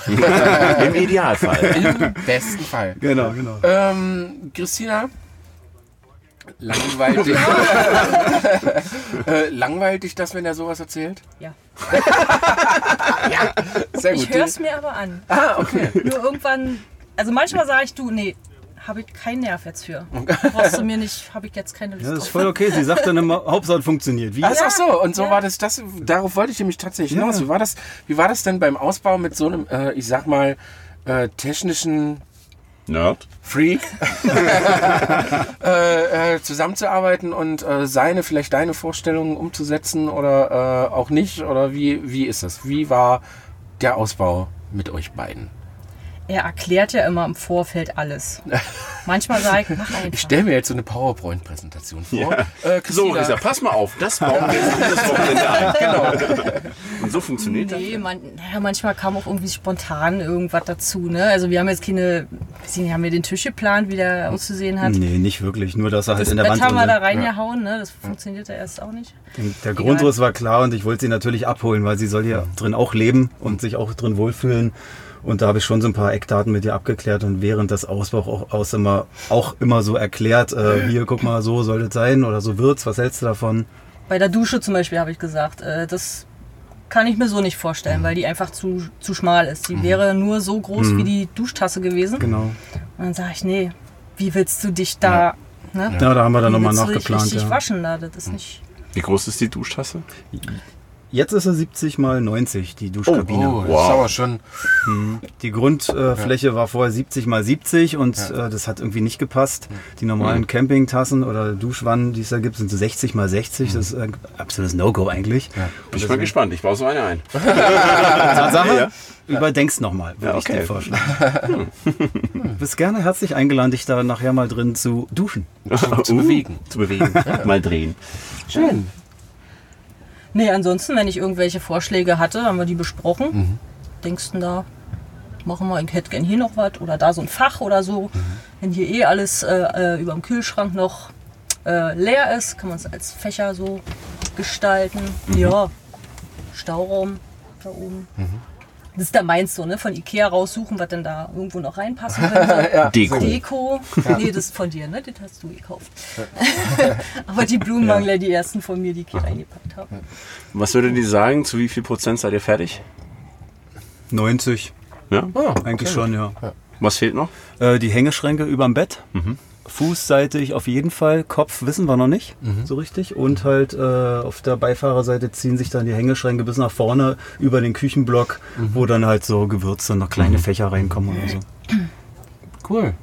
S1: Im Idealfall.
S2: Im besten Fall.
S4: Genau, genau.
S2: Ähm, Christina, langweilt dich, äh, langweilt dich das, wenn er sowas erzählt?
S3: Ja.
S2: Sehr
S3: Ich
S2: gut.
S3: höre es mir aber an.
S2: ah, okay.
S3: Nur irgendwann, also manchmal sage ich, du, nee, habe ich keinen Nerv jetzt für. Brauchst du mir nicht, habe ich jetzt keine Lust
S4: Ja, das ist
S3: drauf.
S4: voll okay. Sie sagt dann immer, Hauptsache es funktioniert. Wie?
S2: Ach ach so, und so
S3: Ja.
S2: war das, das, darauf wollte ich nämlich tatsächlich hinaus. Wie war das, wie war das denn beim Ausbau mit so einem, äh, ich sag mal, äh, technischen
S1: Nerd.
S2: Freak äh, äh, zusammenzuarbeiten und äh, seine, vielleicht deine Vorstellungen umzusetzen oder äh, auch nicht? Oder wie, wie ist das? Wie war der Ausbau mit euch beiden?
S3: Er erklärt ja immer im Vorfeld alles. Manchmal sage ich, mach
S2: Ich
S3: einfach.
S2: stelle mir jetzt so eine PowerPoint-Präsentation vor. Äh,
S1: So,
S2: Christina,
S1: Risa, pass mal auf. Das bauen wir jetzt das Wochenende an.
S2: genau.
S1: Und so funktioniert das.
S3: Nee, man, naja, manchmal kam auch irgendwie spontan irgendwas dazu. Ne? Also wir haben jetzt keine, weiß ich nicht, haben wir den Tisch geplant, wie der auszusehen hat.
S4: Nee, nicht wirklich. Nur, dass er halt
S3: Das
S4: Hm, in der
S3: Bett
S4: Wand
S3: haben wir
S4: drin
S3: da
S4: ist.
S3: reingehauen, ne? das funktionierte erst auch nicht.
S4: Der Grundriss war klar und ich wollte sie natürlich abholen, weil sie soll hier drin auch leben und sich auch drin wohlfühlen. Und da habe ich schon so ein paar Eckdaten mit ihr abgeklärt und während des Ausbauch auch, aus immer, auch immer so erklärt, äh, hier, guck mal, so soll es sein oder so wird's, was hältst du davon?
S3: Bei der Dusche zum Beispiel habe ich gesagt, äh, das kann ich mir so nicht
S4: Hm.
S3: vorstellen, weil die einfach zu, zu schmal ist. Die wäre nur so groß
S4: Hm.
S3: wie die Duschtasse gewesen.
S4: Genau.
S3: Und dann sage ich, nee, wie willst du dich da, ne?
S4: Ja, da haben wir
S3: wie
S4: dann nochmal
S3: willst du dich
S4: nachgeplant.
S3: richtig
S4: Ja.
S3: waschen da? Das ist nicht.
S1: Wie groß ist die Duschtasse?
S4: Jetzt ist er 70 mal 90, die Duschkabine.
S2: Oh, das
S1: Wow.
S2: ist aber schon.
S4: Die Grundfläche war vorher 70 mal 70 und äh, das hat irgendwie nicht gepasst. Die normalen Campingtassen oder Duschwannen, die es da gibt, sind so 60 mal 60. Das ist ein absolutes No-Go eigentlich.
S1: Bin ich mal gespannt. Ich baue so eine ein.
S4: Tatsache, überdenkst nochmal, würde
S1: Ja,
S4: ich
S1: okay.
S4: dir vorschlagen. Hm. Bist gerne herzlich eingeladen, dich da nachher mal drin zu duschen.
S1: Zu bewegen. Zu bewegen. Mal drehen.
S2: Schön.
S3: Nee, ansonsten, wenn ich irgendwelche Vorschläge hatte, haben wir die besprochen. Denkst du da, machen wir, ich hätte gern hier noch was oder da so ein Fach oder so. Wenn hier eh alles äh, äh, über dem Kühlschrank noch äh, leer ist, kann man es als Fächer so gestalten. Ja, Stauraum da oben. Das ist da meins so, ne? Von Ikea raussuchen, was denn da irgendwo noch reinpassen könnte.
S1: Deko.
S3: Deko. Nee, das ist von dir, ne? Das hast du gekauft. Aber die Blumenmangler, die ersten von mir, die ich hier reingepackt habe.
S1: Was würdet ihr sagen? Zu wie viel Prozent seid ihr fertig?
S4: 90,
S1: Ja?
S2: Oh,
S4: eigentlich schon, ja.
S1: Was fehlt noch?
S4: Äh, die Hängeschränke überm Bett. Fußseitig auf jeden Fall, Kopf wissen wir noch nicht so richtig. Und halt äh, auf der Beifahrerseite ziehen sich dann die Hängeschränke bis nach vorne über den Küchenblock, wo dann halt so Gewürze, noch kleine Fächer reinkommen oder so.
S2: Cool.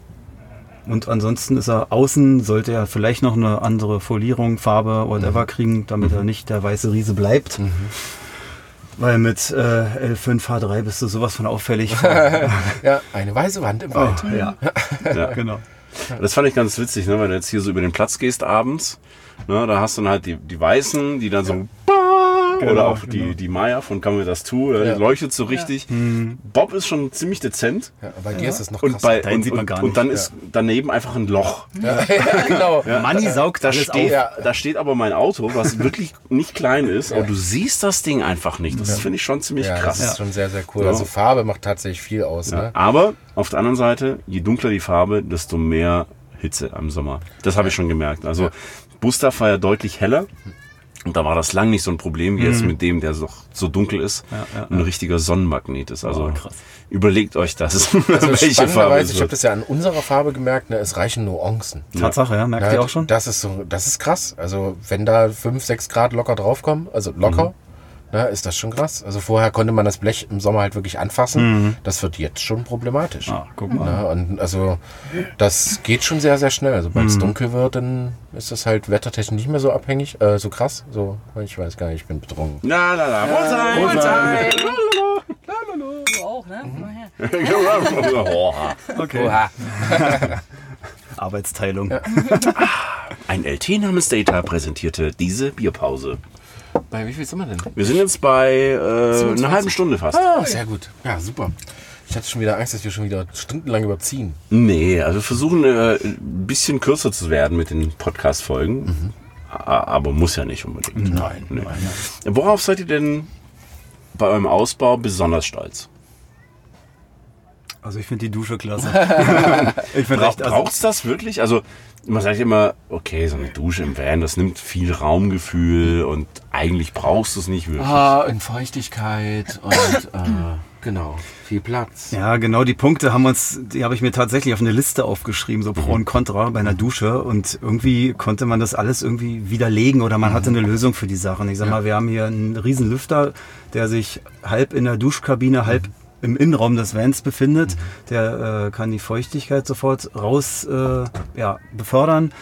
S4: Und ansonsten ist er außen, sollte er vielleicht noch eine andere Folierung, Farbe, whatever kriegen, damit er nicht der weiße Riese bleibt. Weil mit äh, L5H3 bist du sowas von auffällig.
S2: Ja, eine weiße Wand im
S4: oh,
S2: Wald.
S4: ja.
S1: Ja.
S4: genau.
S1: Das fand ich ganz witzig, ne, wenn du jetzt hier so über den Platz gehst abends. Ne, da hast du dann halt die, die Weißen, die dann so. oder auch
S4: genau.
S1: die, die Maya von Kann mir das tun?
S2: Ja.
S1: Die leuchtet so richtig. Bob ist schon ziemlich dezent.
S2: Ja, bei dir ist es noch
S1: Und,
S2: krasser.
S1: bei,
S4: dahin
S1: und,
S4: sieht man
S1: und,
S4: gar
S1: und dann
S2: nicht,
S1: ist daneben einfach ein Loch.
S2: ja, ja, genau.
S4: Manni saugt
S1: Da
S4: alles
S1: steht,
S4: auf.
S2: Ja.
S1: da steht aber mein Auto, was wirklich nicht klein ist, aber du siehst das Ding einfach nicht. Das finde ich schon ziemlich
S2: Ja,
S1: krass.
S2: das ist schon sehr, sehr cool.
S1: Ja.
S2: Also Farbe macht tatsächlich viel aus.
S1: Ja,
S2: Ne?
S1: Aber auf der anderen Seite, je dunkler die Farbe, desto mehr Hitze am Sommer. Das habe ich schon gemerkt. Also Bustaf war ja deutlich heller. Und da war das lang nicht so ein Problem wie jetzt
S2: Mhm.
S1: mit dem, der so, so dunkel ist, ein richtiger Sonnenmagnet ist. Also überlegt euch das,
S2: Oh, Also
S1: welche Farbe
S2: spannenderweise,
S1: es
S2: ich habe
S1: wird.
S2: das ja an unserer Farbe gemerkt, ne, es reichen Nuancen.
S4: Tatsache, ja, merkt ihr
S2: Ja,
S4: auch schon?
S2: Das ist so, das ist krass. Also wenn da 5, 6 Grad locker draufkommen, also locker, ne, ist das schon krass. Also vorher konnte man das Blech im Sommer halt wirklich anfassen. Das wird jetzt schon problematisch.
S4: Ah, guck mal.
S2: Ne, und also das geht schon sehr, sehr schnell. Sobald es dunkel wird, dann ist das halt wettertechnisch nicht mehr so abhängig, äh, so krass. So, ich weiß gar nicht, ich bin betrunken.
S1: Na, na, na, Bullseye, Bullseye.
S3: Du auch, ne? Komm mal her.
S2: Äh.
S1: Oha.
S4: Okay. Arbeitsteilung.
S1: Ein LT namens Data präsentierte diese Bierpause.
S2: Bei wie viel sind wir denn?
S1: Wir sind jetzt bei äh, einer halben Stunde fast.
S2: Ah, sehr gut. Ja, super. Ich hatte schon wieder Angst, dass wir schon wieder stundenlang überziehen.
S1: Nee, also wir versuchen äh, ein bisschen kürzer zu werden mit den Podcast-Folgen. A- Aber muss ja nicht unbedingt.
S2: Nein.
S1: Nee. Worauf seid ihr denn bei eurem Ausbau besonders stolz?
S4: Also ich finde die Dusche klasse. ich finde
S1: Brauch,
S4: echt, also,
S1: braucht's das wirklich? Also man sagt immer, okay, so eine Dusche im Van, das nimmt viel Raumgefühl und eigentlich brauchst du es nicht wirklich.
S2: Haar Ah, in Feuchtigkeit und äh, genau, viel Platz.
S4: ja, genau, die Punkte haben uns, die habe ich mir tatsächlich auf eine Liste aufgeschrieben, so Pro und Contra bei einer Dusche. Und irgendwie konnte man das alles irgendwie widerlegen oder man hatte eine Lösung für die Sachen. Ich sag mal, wir haben hier einen riesen Lüfter, der sich halb in der Duschkabine, halb im Innenraum des Vans befindet. Der äh, kann die Feuchtigkeit sofort raus äh, ja, befördern.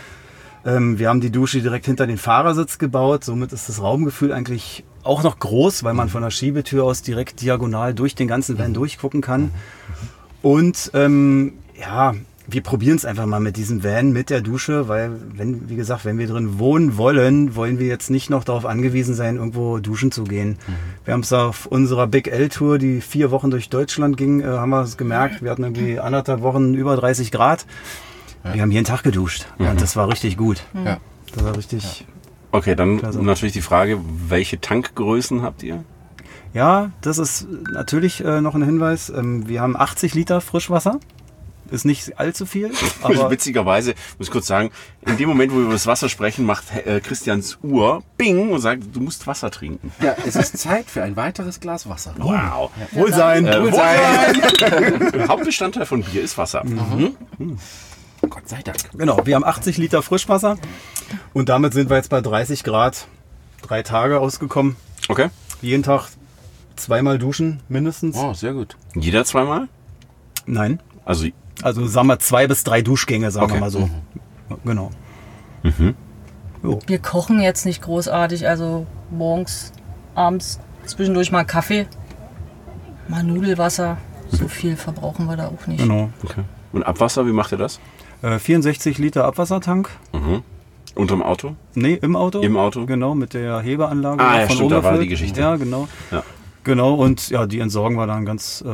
S4: Ähm, wir haben die Dusche direkt hinter den Fahrersitz gebaut. Somit ist das Raumgefühl eigentlich auch noch groß, weil man von der Schiebetür aus direkt diagonal durch den ganzen Van durchgucken kann. Und ähm, ja, wir probieren es einfach mal mit diesem Van, mit der Dusche, weil, wenn, wie gesagt, wenn wir drin wohnen wollen, wollen wir jetzt nicht noch darauf angewiesen sein, irgendwo duschen zu gehen. Wir haben es auf unserer Big L-Tour, die vier Wochen durch Deutschland ging, äh, haben wir es gemerkt. Wir hatten irgendwie anderthalb Wochen über 30 Grad. Wir haben jeden Tag geduscht und das war richtig gut.
S2: Ja.
S4: Das war richtig.
S1: Okay, dann
S4: Klasse.
S1: natürlich die Frage, welche Tankgrößen habt ihr?
S4: Ja, das ist natürlich äh, noch ein Hinweis. Ähm, wir haben 80 Liter Frischwasser. Ist nicht allzu viel, aber
S1: Witzigerweise, muss ich kurz sagen, in dem Moment, wo wir über das Wasser sprechen, macht äh, Christians Uhr Bing und sagt, du musst Wasser trinken.
S2: ja, es ist Zeit für ein weiteres Glas Wasser.
S1: Wow.
S4: Wohlsein.
S1: Äh,
S2: Wohlsein.
S1: Wohlsein. Hauptbestandteil von Bier ist Wasser. Mhm.
S2: Oh Gott sei Dank.
S4: Genau, wir haben 80 Liter Frischwasser und damit sind wir jetzt bei 30 Grad drei Tage ausgekommen.
S1: Okay.
S4: Jeden Tag zweimal duschen mindestens.
S2: Oh, sehr gut.
S1: Jeder zweimal?
S4: Nein,
S1: Also,
S4: also sagen wir zwei bis drei Duschgänge, sagen
S1: Okay. Mhm.
S4: wir mal so. Genau.
S3: Wir kochen jetzt nicht großartig, also morgens, abends, zwischendurch mal Kaffee, mal Nudelwasser. So viel verbrauchen wir da auch nicht.
S4: genau.
S1: okay. Und Abwasser, wie macht ihr das? Mhm.
S4: Äh, 64 Liter Abwassertank.
S1: Unterm Auto?
S4: Nee, im Auto.
S1: Im Auto?
S4: Genau, mit der Hebeanlage
S1: Ah, ja,
S4: von
S1: stimmt, da war
S4: Oberfeld.
S1: die Geschichte.
S4: Ja, genau.
S1: Ja.
S4: Genau, und ja, die entsorgen wir dann ganz äh,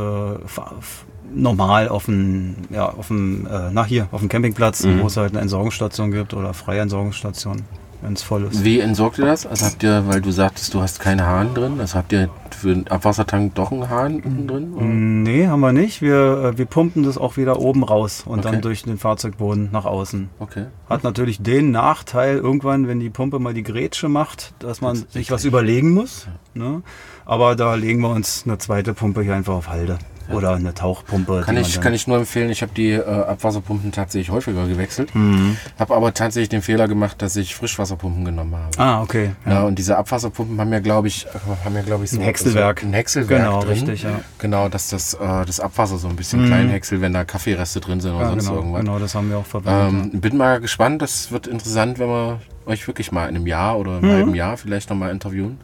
S4: fa- f- normal auf dem, ja, auf dem, äh, nach hier, auf dem Campingplatz,
S1: Mhm.
S4: wo es halt eine Entsorgungsstation gibt oder freie Entsorgungsstation, wenn es voll ist.
S2: Wie entsorgt ihr das? Also habt ihr, weil du sagtest, du hast keinen Hahn drin, also habt ihr für den Abwassertank doch einen Hahn unten drin? oder?
S4: Nee, haben wir nicht. Wir, äh, wir pumpen das auch wieder oben raus und
S2: Okay.
S4: dann durch den Fahrzeugboden nach außen.
S2: Okay.
S4: Hat natürlich den Nachteil irgendwann, wenn die Pumpe mal die Grätsche macht, dass man sich was überlegen muss. Ne? Aber da legen wir uns eine zweite Pumpe hier einfach auf Halde. Oder eine Tauchpumpe.
S2: Kann
S4: die
S2: ich,
S4: man
S2: kann
S4: dann-
S2: ich nur empfehlen. Ich habe die äh, Abwasserpumpen tatsächlich häufiger gewechselt.
S4: Mhm.
S2: Habe aber tatsächlich den Fehler gemacht, dass ich Frischwasserpumpen genommen habe.
S4: Ah, okay.
S2: Ja. und diese Abwasserpumpen haben ja, glaube ich, äh, haben ja, glaube ich, so
S4: Ein Häckselwerk.
S2: So ein Häckselwerk
S4: Genau,
S2: drin.
S4: richtig, ja. Mhm.
S2: Genau, dass das, äh, das Abwasser so ein bisschen klein häckselt, wenn da Kaffeereste drin sind oder
S4: Ja,
S2: sonst
S4: genau,
S2: irgendwas.
S4: genau, das haben wir auch verwendet.
S2: Ähm, bin mal gespannt, das wird interessant, wenn wir euch wirklich mal in einem Jahr oder
S4: Mhm.
S2: in einem halben Jahr vielleicht nochmal interviewen.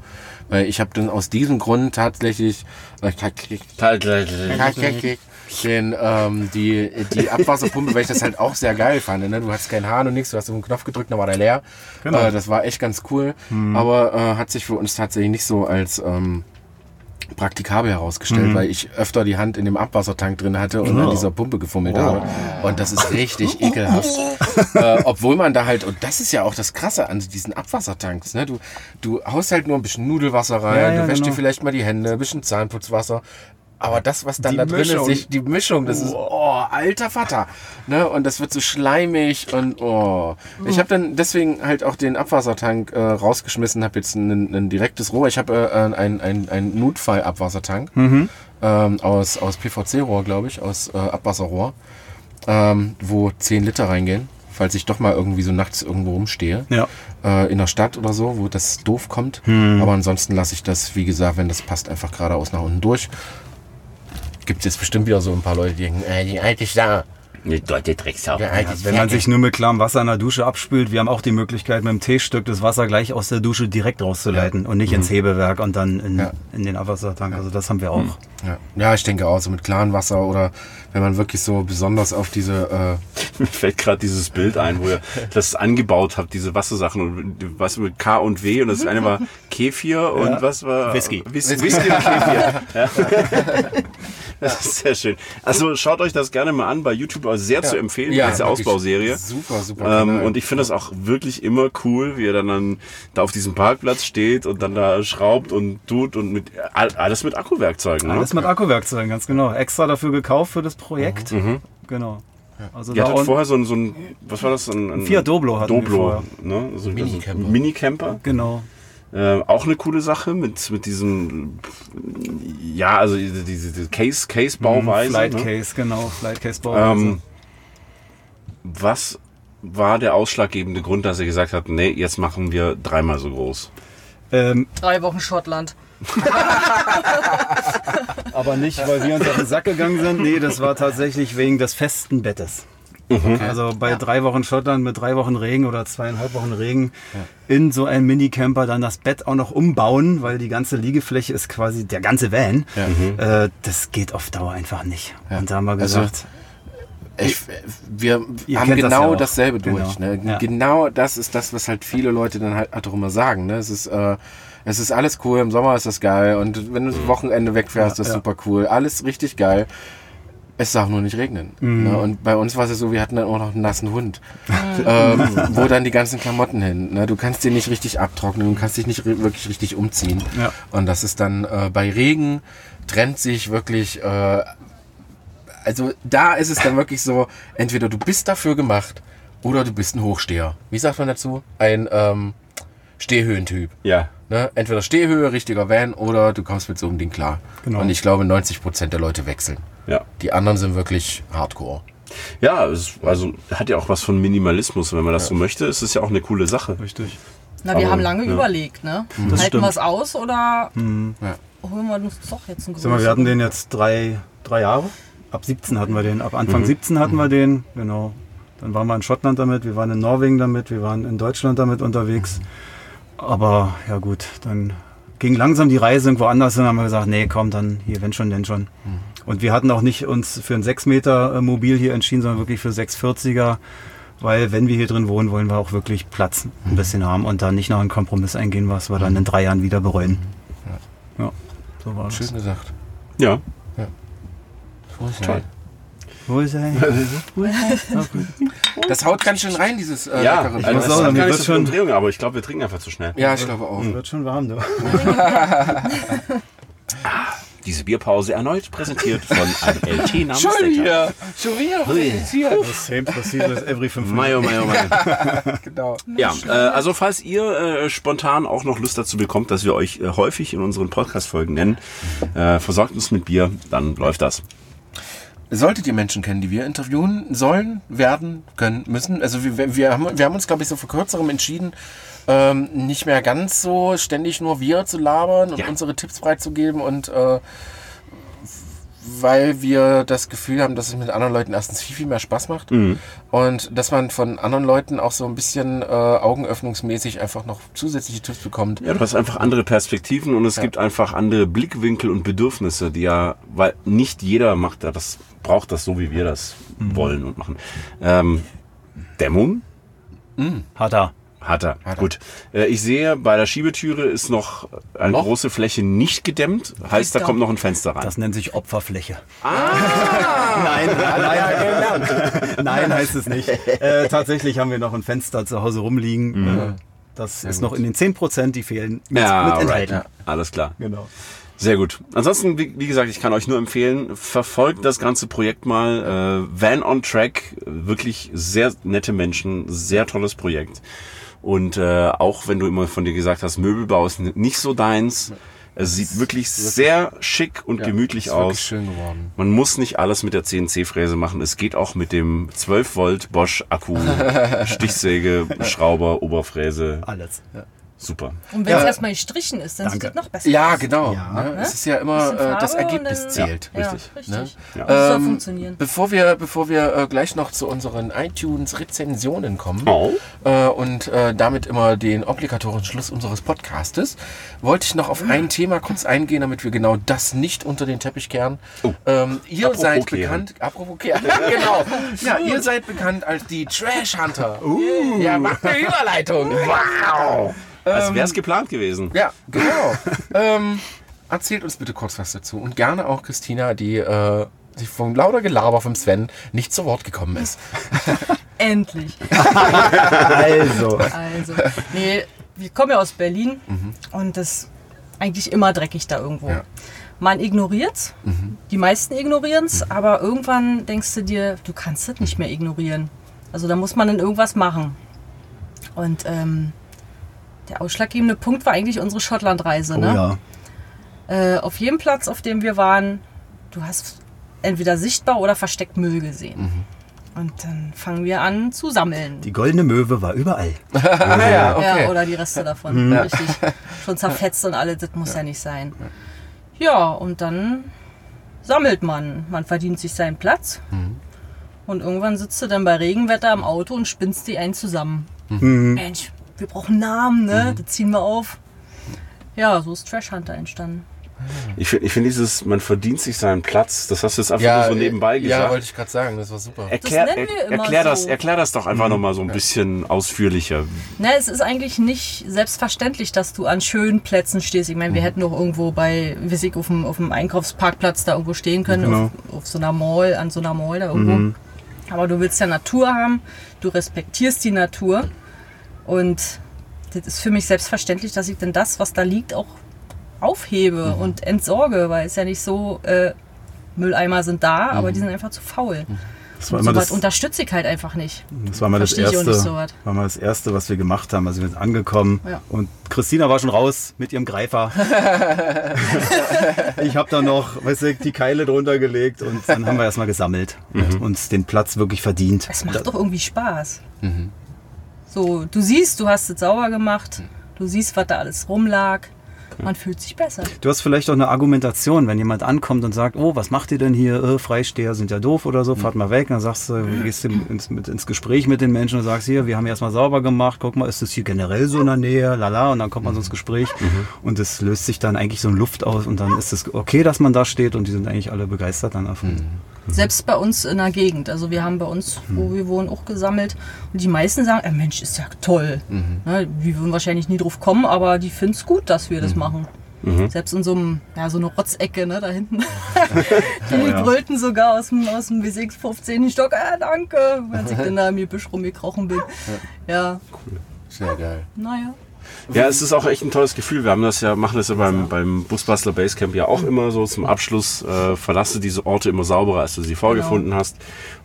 S2: Weil ich habe dann aus diesem Grund tatsächlich äh, den, ähm, die, die Abwasserpumpe, weil ich das halt auch sehr geil fand. Ne? Du hast keinen Hahn und nichts, du hast auf den Knopf gedrückt, dann war der leer.
S4: Genau.
S2: Äh, das war echt ganz cool,
S4: Mhm.
S2: aber äh, hat sich für uns tatsächlich nicht so als ähm, praktikabel
S4: Mhm.
S2: herausgestellt, weil ich öfter die Hand in dem Abwassertank drin hatte und
S4: Oh.
S2: an dieser Pumpe gefummelt habe. Und das ist richtig ekelhaft. äh, obwohl man da halt, und das ist ja auch das Krasse an diesen Abwassertanks, ne? du, du haust halt nur ein bisschen Nudelwasser rein,
S4: Ja, ja,
S2: du wäschst dir
S4: genau.
S2: vielleicht mal die Hände, ein bisschen Zahnputzwasser. Aber das, was dann
S4: Die
S2: da drin
S4: Mischung.
S2: ist, sich, die Mischung, das ist, oh, alter Vater. Ne? Und das wird so schleimig und, oh. Ich habe dann deswegen halt auch den Abwassertank äh, rausgeschmissen, habe jetzt ein, ein direktes Rohr. Ich habe äh, einen ein, ein Notfall-Abwassertank
S4: Mhm.
S2: ähm, aus, aus PVC-Rohr, glaube ich, aus äh, Abwasserrohr, ähm, wo 10 Liter reingehen, falls ich doch mal irgendwie so nachts irgendwo rumstehe
S4: ja.
S2: äh, in der Stadt oder so, wo das doof kommt.
S4: Hm.
S2: Aber ansonsten lasse ich das, wie gesagt, wenn das passt, einfach geradeaus nach unten durch. Gibt es jetzt bestimmt wieder so ein paar Leute, die denken, äh, die alte da.
S1: Eine deutsche Drecksau.
S2: Der alte ist
S4: Wenn man
S2: fertig.
S4: sich nur mit klarem Wasser in der Dusche abspült, wir haben auch die Möglichkeit, mit dem T-Stück das Wasser gleich aus der Dusche direkt rauszuleiten und nicht ins Hebewerk und dann in,
S2: Mhm. Ja. Mhm.
S4: in den Abwassertank. Also das haben wir auch.
S2: ja. ja, ich denke auch, so mit klarem Wasser oder wenn man wirklich so besonders auf diese, äh,
S1: Mir fällt gerade dieses Bild ein, wo ihr das angebaut habt, diese Wassersachen und was mit K und W und das eine war Kefir und was war
S4: Whisky.
S1: Whis Whisky und Kefir. Ja. Das ist sehr schön. Also schaut euch das gerne mal an bei YouTube, aber sehr zu empfehlen,
S2: Ja,
S1: diese
S2: wirklich.
S1: Ausbauserie.
S2: Super, super
S1: Ähm,
S2: Kanal.
S1: und ich finde das auch wirklich immer cool, wie er dann, dann da auf diesem Parkplatz steht und dann da schraubt und tut und mit all- alles mit Akkuwerkzeugen. Ne?
S4: Alles mit Akkuwerkzeugen, ganz genau. Extra dafür gekauft für das Projekt. Genau. Also
S1: Mhm, Ihr
S4: da
S1: hattet
S4: und-
S1: vorher so ein, so ein, was war das? Ein, ein
S4: Fiat Doblo hatten wir
S1: Doblo,
S4: vorher.
S1: ne? So,
S2: Minicamper.
S1: Also Minicamper.
S4: genau.
S1: Äh, auch eine coole Sache mit, mit diesem, ja, also diese, diese diese Case, Case-Bauweise. ne?
S4: Flightcase, genau. Flightcase Bauweise.
S1: Ähm, was war der ausschlaggebende Grund, dass ihr gesagt habt, nee, jetzt machen wir dreimal so groß?
S4: Ähm,
S3: Drei Wochen Schottland.
S4: aber nicht, weil wir uns auf den Sack gegangen sind. Nee, das war tatsächlich wegen des festen Bettes.
S1: Mhm.
S4: Also bei drei Wochen Schottland mit drei Wochen Regen oder zweieinhalb Wochen Regen in so einem Minicamper dann das Bett auch noch umbauen, weil die ganze Liegefläche ist quasi der ganze Van.
S1: Mhm.
S4: Äh, das geht auf Dauer einfach nicht. Und da haben wir
S2: Also,
S4: gesagt,
S2: Ich, wir
S4: Ihr
S2: haben
S4: kennt das
S2: genau
S4: ja auch.
S2: dasselbe
S4: Genau.
S2: durch. Ne?
S4: Ja.
S2: Genau das ist das, was halt viele Leute dann halt halt auch immer sagen. Ne? Es, ist, äh, es ist alles cool, im Sommer ist das geil und wenn du das Wochenende wegfährst, das ist
S4: Mhm. ja.
S2: super cool. Alles richtig geil. Es darf nur nicht regnen.
S4: Mhm.
S2: Ne? Und bei uns war es ja so, wir hatten dann auch noch einen nassen Hund. ähm,
S4: Mhm.
S2: wo dann die ganzen Klamotten hin. Ne? Du kannst die nicht richtig abtrocknen, du kannst dich nicht ri- wirklich richtig umziehen.
S4: Ja.
S2: Und das ist dann äh, bei Regen trennt sich wirklich äh, also da ist es dann wirklich so, entweder du bist dafür gemacht oder du bist ein Hochsteher. Wie sagt man dazu? Ein ähm, Stehhöhentyp.
S1: Ja.
S2: Ne? Entweder Stehhöhe, richtiger Van oder du kommst mit so einem Ding klar.
S4: Genau.
S2: Und ich glaube, 90% der Leute wechseln.
S1: Ja.
S2: Die anderen sind wirklich hardcore.
S1: Ja, es, also hat ja auch was von Minimalismus. Wenn man das so möchte, ist es ja auch eine coole Sache.
S4: richtig.
S3: Na, wir
S1: Aber,
S3: haben lange
S1: ja.
S3: überlegt, ne? Halten
S4: Das stimmt.
S3: wir es aus oder
S2: Ja.
S3: holen wir uns doch jetzt einen
S4: Sag mal,
S3: größeren?
S4: wir hatten den jetzt drei, drei Jahre. Ab 17 hatten wir den. Ab Anfang 17 hatten wir den. Genau. Dann waren wir in Schottland damit, wir waren in Norwegen damit, wir waren in Deutschland damit unterwegs. Aber ja gut, dann ging langsam die Reise irgendwo anders hin. Dann haben wir gesagt, nee, komm, dann hier, wenn schon, denn schon. Und wir hatten auch nicht uns für ein 6 Meter äh, Mobil hier entschieden, sondern wirklich für 640er. Weil wenn wir hier drin wohnen, wollen wir auch wirklich Platz ein bisschen haben und dann nicht noch einen Kompromiss eingehen, was wir dann in drei Jahren wieder bereuen. Ja, so war das.
S2: Schön gesagt.
S1: Ja.
S2: Toll.
S4: Wo ist er?
S2: Das haut ganz schön rein, dieses äh,
S1: Ja, Also,
S2: leckere
S1: ich
S2: Bier.
S1: muss
S4: muss
S1: auch
S4: sagen,
S1: sagen,
S4: mir
S1: das ist
S4: wird's Also, schon-
S1: schon Umdrehung, aber ich glaube, wir trinken einfach zu schnell.
S2: Ja, ich glaube auch.
S4: Wird schon warm, du.
S1: Diese Bierpause erneut präsentiert von einem LT namens Decker.
S2: Schon wieder
S4: Das same procedure is every fünf Minuten.
S1: Mei, oh, mei, oh, mei.
S2: Genau.
S1: Ja, äh, also falls ihr äh, spontan auch noch Lust dazu bekommt, dass wir euch äh, häufig in unseren Podcast-Folgen nennen, äh, versorgt uns mit Bier, dann läuft das.
S2: Solltet ihr Menschen kennen, die wir interviewen sollen, werden, können, müssen. Also wir- wir, wir, haben, wir haben uns, glaube ich, so vor kürzerem entschieden, ähm, nicht mehr ganz so ständig nur wir zu labern und
S1: Ja.
S2: unsere Tipps freizugeben und äh, weil wir das Gefühl haben, dass es mit anderen Leuten erstens viel, viel mehr Spaß macht
S1: Mhm.
S2: und dass man von anderen Leuten auch so ein bisschen äh, augenöffnungsmäßig einfach noch zusätzliche Tipps bekommt.
S1: Ja, du hast einfach andere Perspektiven und es gibt einfach andere Blickwinkel und Bedürfnisse, die ja, weil nicht jeder macht da das, braucht das so, wie wir das wollen und machen. Ähm, Dämmung
S4: Hat er.
S1: hat er.
S2: Hat er.
S1: Gut. Äh, ich sehe, bei der Schiebetüre ist noch eine
S2: Noch?
S1: große Fläche nicht gedämmt. Heißt, da
S3: Fenster.
S1: kommt noch ein Fenster rein.
S4: Das nennt sich Opferfläche. Nein, nein, nein, heißt es nicht. Äh, tatsächlich haben wir noch ein Fenster zu Hause rumliegen. Äh, das ist noch in den 10%, die fehlen, mit, mit enthalten.
S1: right. Alles klar.
S4: Genau.
S1: Sehr gut. Ansonsten, wie, wie gesagt, ich kann euch nur empfehlen, verfolgt das ganze Projekt mal. Äh, Van on Track, wirklich sehr nette Menschen, sehr tolles Projekt. Und äh, auch wenn du immer von dir gesagt hast, Möbelbau ist n- nicht so deins, es sieht wirklich sehr schick und gemütlich
S2: ist
S1: aus.
S2: Wirklich schön geworden.
S1: Man muss nicht alles mit der CNC-Fräse machen. Es geht auch mit dem 12 Volt Bosch Akku, Stichsäge, Schrauber, Oberfräse.
S4: Alles.
S1: Super.
S3: Und wenn es
S2: Ja.
S3: erstmal gestrichen ist, dann sieht
S4: Danke.
S3: es noch besser.
S2: Ja, genau.
S4: Ja.
S2: Ne? Es ist ja immer
S3: Bisschen
S2: äh, das
S3: Farbe und
S2: Ergebnis
S3: dann-
S2: zählt.
S3: Ja,
S1: Richtig.
S3: richtig.
S2: Ne?
S1: Ja.
S3: Das soll
S2: Ähm,
S3: funktionieren.
S2: Bevor wir, bevor wir äh, gleich noch zu unseren iTunes-Rezensionen kommen
S1: Oh.
S2: äh, und äh, damit immer den obligatorischen Schluss unseres Podcastes, wollte ich noch auf ein Thema kurz eingehen, damit wir genau das nicht unter den Teppich kehren. Ähm, ihr
S1: Apropos
S2: seid
S1: kehren.
S2: bekannt, apropos kehren, genau. Ja, ihr seid bekannt als die Trash Hunter. Uh. Ja, macht eine Überleitung. Wow.
S1: Als wäre es Also geplant gewesen.
S2: Ähm, Ja, genau. ähm, erzählt uns bitte kurz was dazu. Und gerne auch Christina, die, äh, die vom lauter Gelaber vom Sven nicht zu Wort gekommen ist.
S3: Endlich.
S4: Also,
S3: Also, nee, wir kommen ja aus Berlin
S4: Mhm.
S3: und das ist eigentlich immer dreckig da irgendwo.
S2: Ja.
S3: Man ignoriert's,
S4: Mhm.
S3: die meisten ignorieren's, aber irgendwann denkst du dir, du kannst es
S4: Mhm.
S3: nicht mehr ignorieren. Also da muss man dann irgendwas machen. Und ähm, der ausschlaggebende Punkt war eigentlich unsere Schottlandreise.
S4: oh
S3: ne?
S4: ja.
S3: äh, auf jedem Platz, auf dem wir waren, du hast entweder sichtbar oder versteckt Müll gesehen.
S4: Mhm.
S3: Und dann fangen wir an zu sammeln.
S4: Die goldene Möwe war überall.
S1: Ah,
S2: Naja,
S3: Ja, oder die Reste davon. Richtig. Schon zerfetzt und alles, das muss ja. nicht sein. Ja, und dann sammelt man. Man verdient sich seinen Platz. Und irgendwann sitzt du dann bei Regenwetter im Auto und spinnst die einen zusammen. Mensch, wir brauchen Namen, ne? Das ziehen wir auf. Ja, so ist Trash Hunter entstanden.
S1: Ich finde ich find dieses, man verdient sich seinen Platz, das hast du jetzt einfach nur so nebenbei
S2: äh, Ja,
S1: gesagt.
S2: wollte ich gerade sagen, das war super.
S1: erklär,
S3: Das nennen wir
S1: er,
S3: immer
S1: erklär, das,
S3: so.
S1: erklär das doch
S2: Mhm.
S1: einfach nochmal so ein bisschen ausführlicher.
S3: Na, Ne, es ist eigentlich nicht selbstverständlich, dass du an schönen Plätzen stehst. Ich meine,
S4: Mhm.
S3: wir hätten doch irgendwo bei Wissig auf dem, auf dem Einkaufsparkplatz da irgendwo stehen können,
S4: Genau. Mhm.
S3: auf, auf so einer Mall, an so einer Mall da irgendwo. Aber du willst ja Natur haben, du respektierst die Natur und das ist für mich selbstverständlich, dass ich denn das, was da liegt, auch aufhebe
S4: Mhm.
S3: und entsorge, weil es ja nicht so, äh, Mülleimer sind da, aber die sind einfach zu faul.
S4: Mhm. Das war
S3: Und
S4: immer
S3: sowas
S4: das, Mhm.
S3: unterstütze ich halt einfach nicht.
S4: das, war mal das,
S3: verstehe ich auch
S4: erste,
S3: nicht so was.
S4: war mal das Erste, was wir gemacht haben. Also wir sind angekommen
S3: Ja.
S4: und Christina war schon raus mit ihrem Greifer. ich habe da noch weißt du, die Keile drunter gelegt und dann haben wir erstmal gesammelt und uns den Platz wirklich verdient.
S3: Es macht doch irgendwie Spaß. So, du siehst, du hast es sauber gemacht, du siehst, was da alles rumlag. Man fühlt sich besser.
S4: Du hast vielleicht auch eine Argumentation, wenn jemand ankommt und sagt, oh, was macht ihr denn hier? Äh, Freisteher sind ja doof oder so, fahrt mal weg. Dann sagst du, äh, gehst du ins, mit, ins Gespräch mit den Menschen und sagst, hier, wir haben erstmal sauber gemacht, guck mal, ist das hier generell so in der Nähe, lala, und dann kommt man so ins Gespräch und es löst sich dann eigentlich so ein Luft aus und dann ist es okay, dass man da steht und die sind eigentlich alle begeistert dann davon.
S3: Selbst bei uns in der Gegend. Also wir haben bei uns, wo wir wohnen, auch gesammelt. Und die meisten sagen, äh, Mensch, ist ja toll. Ne, wir würden wahrscheinlich nie drauf kommen, aber die finden es gut, dass wir das machen. Selbst in so, einem, ja, so einer Rotzecke ne, da hinten. die brüllten sogar aus dem, aus dem W6 15. Stock, ah, danke, wenn ich denn da im Gebüsch rumgekrochen bin. Ja,
S2: Sehr geil.
S3: naja.
S1: Ja, es ist auch echt ein tolles Gefühl. Wir haben das ja, machen das ja beim, beim Busbastler Basecamp ja auch immer so. Zum Abschluss äh, verlasse diese Orte immer sauberer, als du sie vorgefunden
S2: Genau.
S1: hast.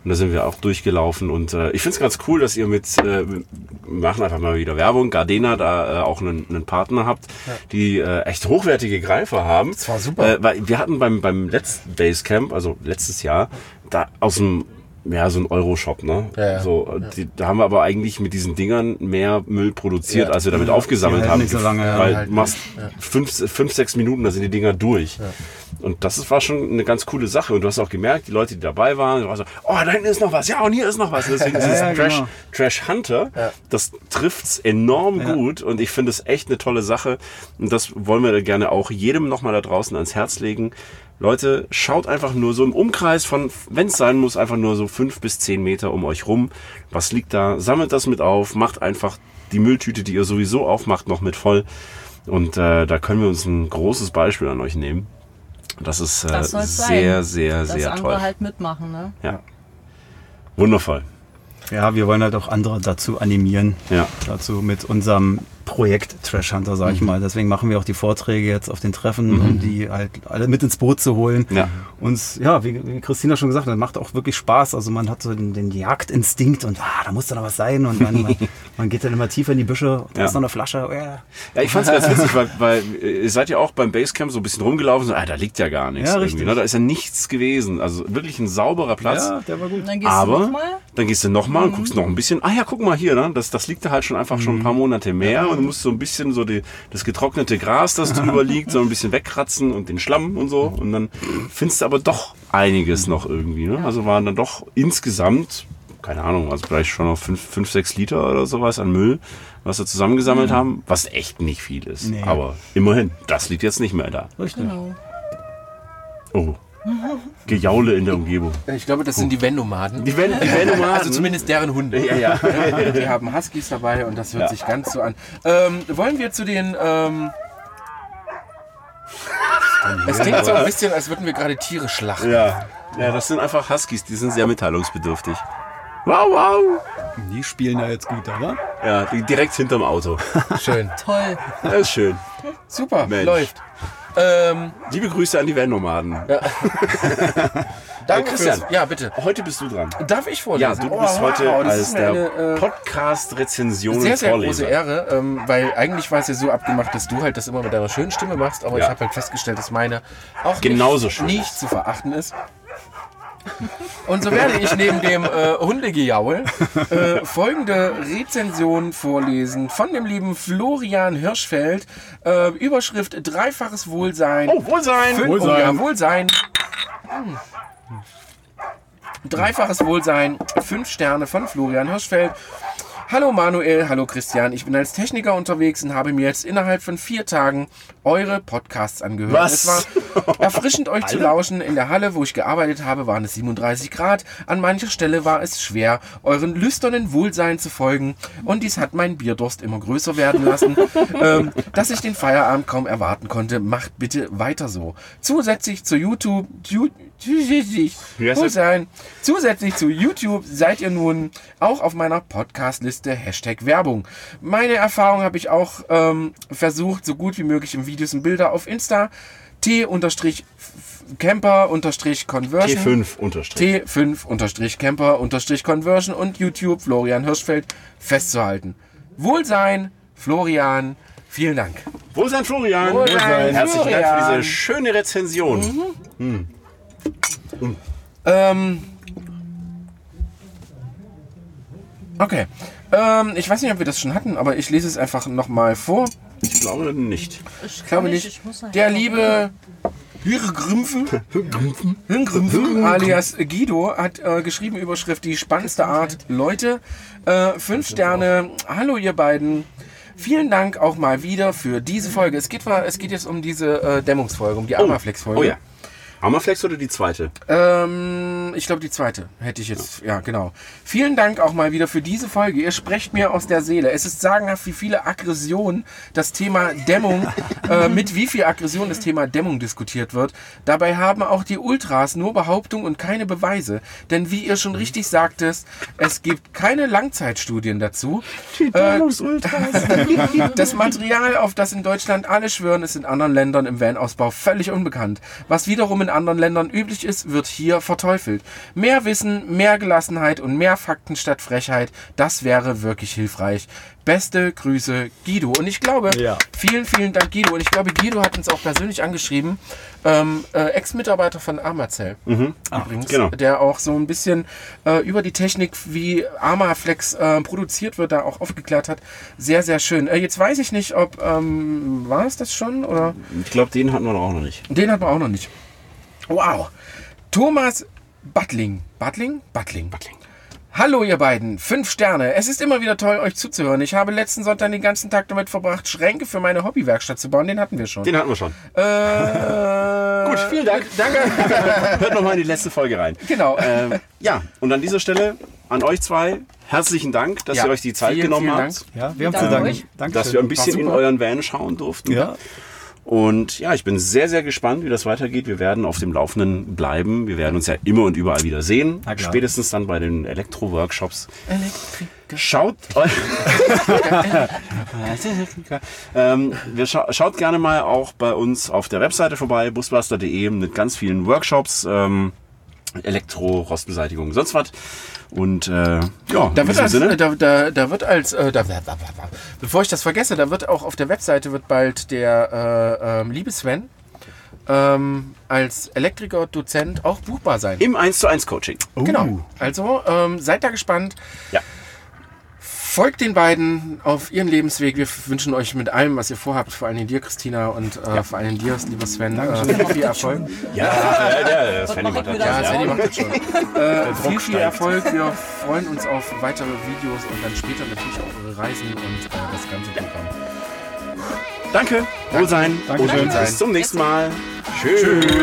S1: Und da sind wir auch durchgelaufen. Und äh, ich finde es ganz cool, dass ihr mit, äh, wir machen einfach mal wieder Werbung, Gardena da äh, auch einen, einen Partner habt, die äh, echt hochwertige Greifer haben. Das
S2: war super.
S1: Äh, weil wir hatten beim, beim letzten Basecamp, also letztes Jahr, da aus dem ja, so ein Euro-Shop, ne?
S2: Ja, ja.
S1: So, äh, Die, da haben wir aber eigentlich mit diesen Dingern mehr Müll produziert,
S2: Ja. Mhm.
S1: als wir damit aufgesammelt
S4: Die halten
S1: haben.
S4: nicht so lange, ja.
S1: weil
S2: Halt
S1: du machst fünf, fünf, sechs Minuten, da sind die Dinger durch. Und das ist- war schon eine ganz coole Sache. Und du hast auch gemerkt, die Leute, die dabei waren, die waren so, oh, da hinten ist noch was, ja, und hier ist noch was. Und deswegen dieses
S4: ja,
S1: Trash,
S4: genau.
S1: Trash Hunter, das trifft's enorm gut. Und ich finde es echt eine tolle Sache. Und das wollen wir gerne auch jedem nochmal da draußen ans Herz legen. Leute, schaut einfach nur so im Umkreis von, wenn es sein muss, einfach nur so fünf bis zehn Meter um euch rum. Was liegt da? Sammelt das mit auf, macht einfach die Mülltüte, die ihr sowieso aufmacht, noch mit voll. Und äh, da können wir uns ein großes Beispiel an euch nehmen. Das ist äh,
S3: Das soll's sein.
S1: sehr, sehr,
S3: Dass
S1: sehr
S3: andere
S1: toll.
S3: halt mitmachen, ne?
S1: Ja. Wundervoll.
S4: Ja, wir wollen halt auch andere dazu animieren.
S1: Ja. Mhm.
S4: Dazu mit unserem Projekt Trash Hunter, sag ich mal. Deswegen machen wir auch die Vorträge jetzt auf den Treffen, um die halt alle mit ins Boot zu holen.
S1: Ja.
S4: Und ja, wie, wie Christina schon gesagt hat, macht auch wirklich Spaß. Also man hat so den, den Jagdinstinkt und ah, da muss dann noch was sein. Und man, man, man geht dann immer tiefer in die Büsche. Da
S1: Ja.
S4: ist noch eine Flasche. Oh, ja.
S1: Ja, ich fand's ganz witzig, weil, weil ihr seid ja auch beim Basecamp so ein bisschen rumgelaufen, so, ah, da liegt ja gar nichts.
S4: Ja,
S1: irgendwie,
S4: richtig.
S1: ne? Da ist ja nichts gewesen. Also wirklich ein sauberer Platz.
S4: ja, der war gut.
S3: Und dann gehst du
S1: Aber
S3: nochmal. Mhm.
S1: dann gehst du nochmal und guckst noch ein bisschen. Ah ja, guck mal hier, ne? das, das liegt da halt schon einfach schon ein
S3: Mhm.
S1: paar Monate mehr und du musst so ein bisschen so die, das getrocknete Gras, das drüber liegt, so ein bisschen wegkratzen und den Schlamm und so. Und dann findest du aber doch einiges noch irgendwie. Ne? Also waren dann doch insgesamt, keine Ahnung, also vielleicht schon noch fünf, fünf, sechs Liter oder sowas an Müll, was wir zusammengesammelt
S3: Mhm.
S1: haben, was echt nicht viel ist.
S4: Nee.
S1: Aber immerhin, das liegt jetzt nicht mehr da.
S4: Richtig.
S3: Genau.
S1: Oh. Gejaule in der Umgebung.
S2: Äh, Ich glaube, das sind die Vendomaden.
S1: Die Wände, die Wände
S2: Also zumindest deren Hunde.
S1: Ja, ja.
S2: Wir haben Huskies dabei und das hört sich ganz so an. Ähm, wollen wir zu den. Ähm, es klingt so ein bisschen, als würden wir gerade Tiere schlachten.
S1: Ja. ja, das sind einfach Huskies, die sind sehr mitteilungsbedürftig. Wow, wow.
S4: Die spielen da jetzt gut, oder?
S1: Ja, die- direkt hinterm Auto.
S2: Schön.
S3: Toll.
S1: Das ist schön.
S2: Super,
S1: Mensch.
S2: läuft. Ähm,
S1: Liebe Grüße an die Van-Nomaden.
S2: danke
S1: Christian.
S2: fürs. Ja, bitte.
S1: Heute bist du dran.
S2: Darf ich
S1: Ja,
S2: vorlesen?
S1: du
S2: Oh,
S1: bist heute
S2: wow, das
S1: als
S2: ist mir eine,
S1: der
S2: äh,
S1: Podcast-Rezension
S2: sehr,
S1: und
S2: sehr große
S1: Vorleser.
S2: Ehre, ähm, weil eigentlich war es ja so abgemacht, dass du halt das immer mit deiner schönen Stimme machst, aber
S1: Ja.
S2: ich habe halt festgestellt, dass meine auch
S1: Genauso
S2: nicht,
S1: schön
S2: nicht zu verachten ist. Und so werde ich neben dem äh, Hundegejaul äh, folgende Rezension vorlesen von dem lieben Florian Hirschfeld. Äh, Überschrift Dreifaches Wohlsein.
S1: Oh, Wohlsein.
S2: Fünf-
S4: Wohlsein.
S2: Oh, ja, Wohlsein. Hm. Dreifaches Wohlsein. Fünf Sterne von Florian Hirschfeld. Hallo Manuel, hallo Christian. Ich bin als Techniker unterwegs und habe mir jetzt innerhalb von vier Tagen eure Podcasts angehört.
S1: Was?
S2: Es war erfrischend, euch zu lauschen. In der Halle, wo ich gearbeitet habe, waren es 37 Grad. An mancher Stelle war es schwer, euren lüsternen Wohlsein zu folgen. Und dies hat meinen Bierdurst immer größer werden lassen, ähm, dass ich den Feierabend kaum erwarten konnte. Macht bitte weiter so. Zusätzlich zu YouTube... Ju- Zusätzlich
S1: Wie heißt das?
S2: Wohlsein. Zusätzlich zu YouTube seid ihr nun auch auf meiner Podcast-Liste Hashtag Werbung. Meine Erfahrung habe ich auch ähm, versucht, so gut wie möglich in Videos und Bilder auf Insta t-camper-conversion
S1: T5 unterstrich.
S2: t5-camper-conversion und YouTube Florian Hirschfeld festzuhalten. Wohlsein, Florian, vielen Dank.
S1: Wohlsein, Florian.
S2: Wohlsein, Florian. Mhm.
S1: Herzlichen Dank für diese schöne Rezension.
S2: Ähm. Okay. Ähm, ich weiß nicht, ob wir das schon hatten, aber ich lese es einfach nochmal vor.
S1: Ich glaube nicht.
S3: Ich
S2: Ich glaube
S3: kann
S2: nicht.
S3: Ich muss nachher
S2: der
S3: noch-
S2: liebe Hürgrümpfen, Hürgrümpfen alias Guido hat äh, geschrieben Überschrift die spannendste Art Leute. Äh, fünf Sterne. Hallo ihr beiden. Vielen Dank auch mal wieder für diese Folge. Es geht, war- es geht jetzt um diese äh, Dämmungsfolge, um die Amaflex-Folge.
S1: Oh ja. Hammerflex oder die zweite?
S2: Ähm, Ähm, ich glaube, die zweite hätte ich jetzt. Ja. genau. Vielen Dank auch mal wieder für diese Folge. Ihr sprecht mir aus der Seele. Es ist sagenhaft, wie viele Aggressionen das Thema Dämmung, äh, mit wie viel Aggression das Thema Dämmung diskutiert wird. Dabei haben auch die Ultras nur Behauptungen und keine Beweise. Denn wie ihr schon richtig sagtest, es gibt keine Langzeitstudien dazu. Das Material, auf das in Deutschland alle schwören, ist in anderen Ländern im Van-Ausbau völlig unbekannt. Was wiederum in anderen Ländern üblich ist, wird hier verteufelt. Mehr Wissen, mehr Gelassenheit und mehr Fakten statt Frechheit, das wäre wirklich hilfreich. Beste Grüße, Guido. Und ich glaube,
S4: Ja.
S2: vielen, vielen Dank, Guido. Und ich glaube, Guido hat uns auch persönlich angeschrieben, ähm, äh, Ex-Mitarbeiter von Amazell übrigens,
S1: genau.
S2: der auch so ein bisschen äh, über die Technik, wie Armaflex äh, produziert wird, da auch aufgeklärt hat. Sehr, sehr schön. Äh, jetzt weiß ich nicht, ob ähm, war es das schon oder
S1: Ich glaube, den hatten wir doch auch noch nicht.
S2: den hat man auch noch nicht. Wow. Thomas Battling. Battling? Battling. Battling. Hallo ihr beiden, fünf Sterne. Es ist immer wieder toll, euch zuzuhören. Ich habe letzten Sonntag den ganzen Tag damit verbracht, Schränke für meine Hobbywerkstatt zu bauen. Den hatten wir schon.
S1: Den hatten wir schon.
S2: äh,
S1: Gut, vielen Dank.
S2: Danke.
S1: Hört nochmal in die letzte Folge rein.
S2: Genau.
S1: Ähm, ja, und an dieser Stelle an euch zwei herzlichen Dank, dass
S2: Ja,
S1: ihr euch die Zeit
S2: vielen,
S1: genommen
S2: vielen
S1: habt, ähm,
S4: Ja, wir haben
S3: Danke
S4: zu danken.
S3: euch.
S4: Dankeschön.
S1: dass wir ein bisschen
S2: War
S1: in
S2: super.
S1: euren Van schauen durften.
S4: Ja.
S1: Und ja, ich bin sehr, sehr gespannt, wie das weitergeht. Wir werden auf dem Laufenden bleiben. Wir werden uns ja immer und überall wieder sehen.
S4: Na klar.
S1: Spätestens dann bei den Elektro-Workshops. Schaut euch. ähm, wir scha schaut gerne mal auch bei uns auf der Webseite vorbei, busblaster.de, mit ganz vielen Workshops, ähm, Elektro, Rostbeseitigung, sonst was. Und äh, ja,
S2: Da
S1: in
S2: wird
S1: diesem
S2: als,
S1: Sinne.
S2: äh, da, da, da wird als, äh, da, da, da, da, da, bevor ich das vergesse, da wird auch auf der Webseite wird bald der äh, ähm, liebe Sven ähm, als Elektriker, Dozent auch buchbar sein.
S1: Im 1 zu 1 Coaching.
S4: Oh.
S2: Genau. Also ähm, seid da gespannt.
S1: Ja.
S2: Folgt den beiden auf ihrem Lebensweg. Wir wünschen euch mit allem, was ihr vorhabt, vor allem dir, Christina, und äh, vor allem dir, lieber Sven, äh, viel Erfolg.
S1: Ja, ja, ja, das Fanny
S3: mache
S1: macht
S3: ich mir
S1: das.
S3: da?
S2: Ja,
S3: Ja.
S2: Svenny macht das schon. Äh, viel, viel Erfolg. Wir freuen uns auf weitere Videos und dann später natürlich auf eure Reisen und äh, das ganze Programm.
S1: Danke, wohl sein.
S4: Dankeschön.
S1: Und bis zum nächsten Mal. Tschüss.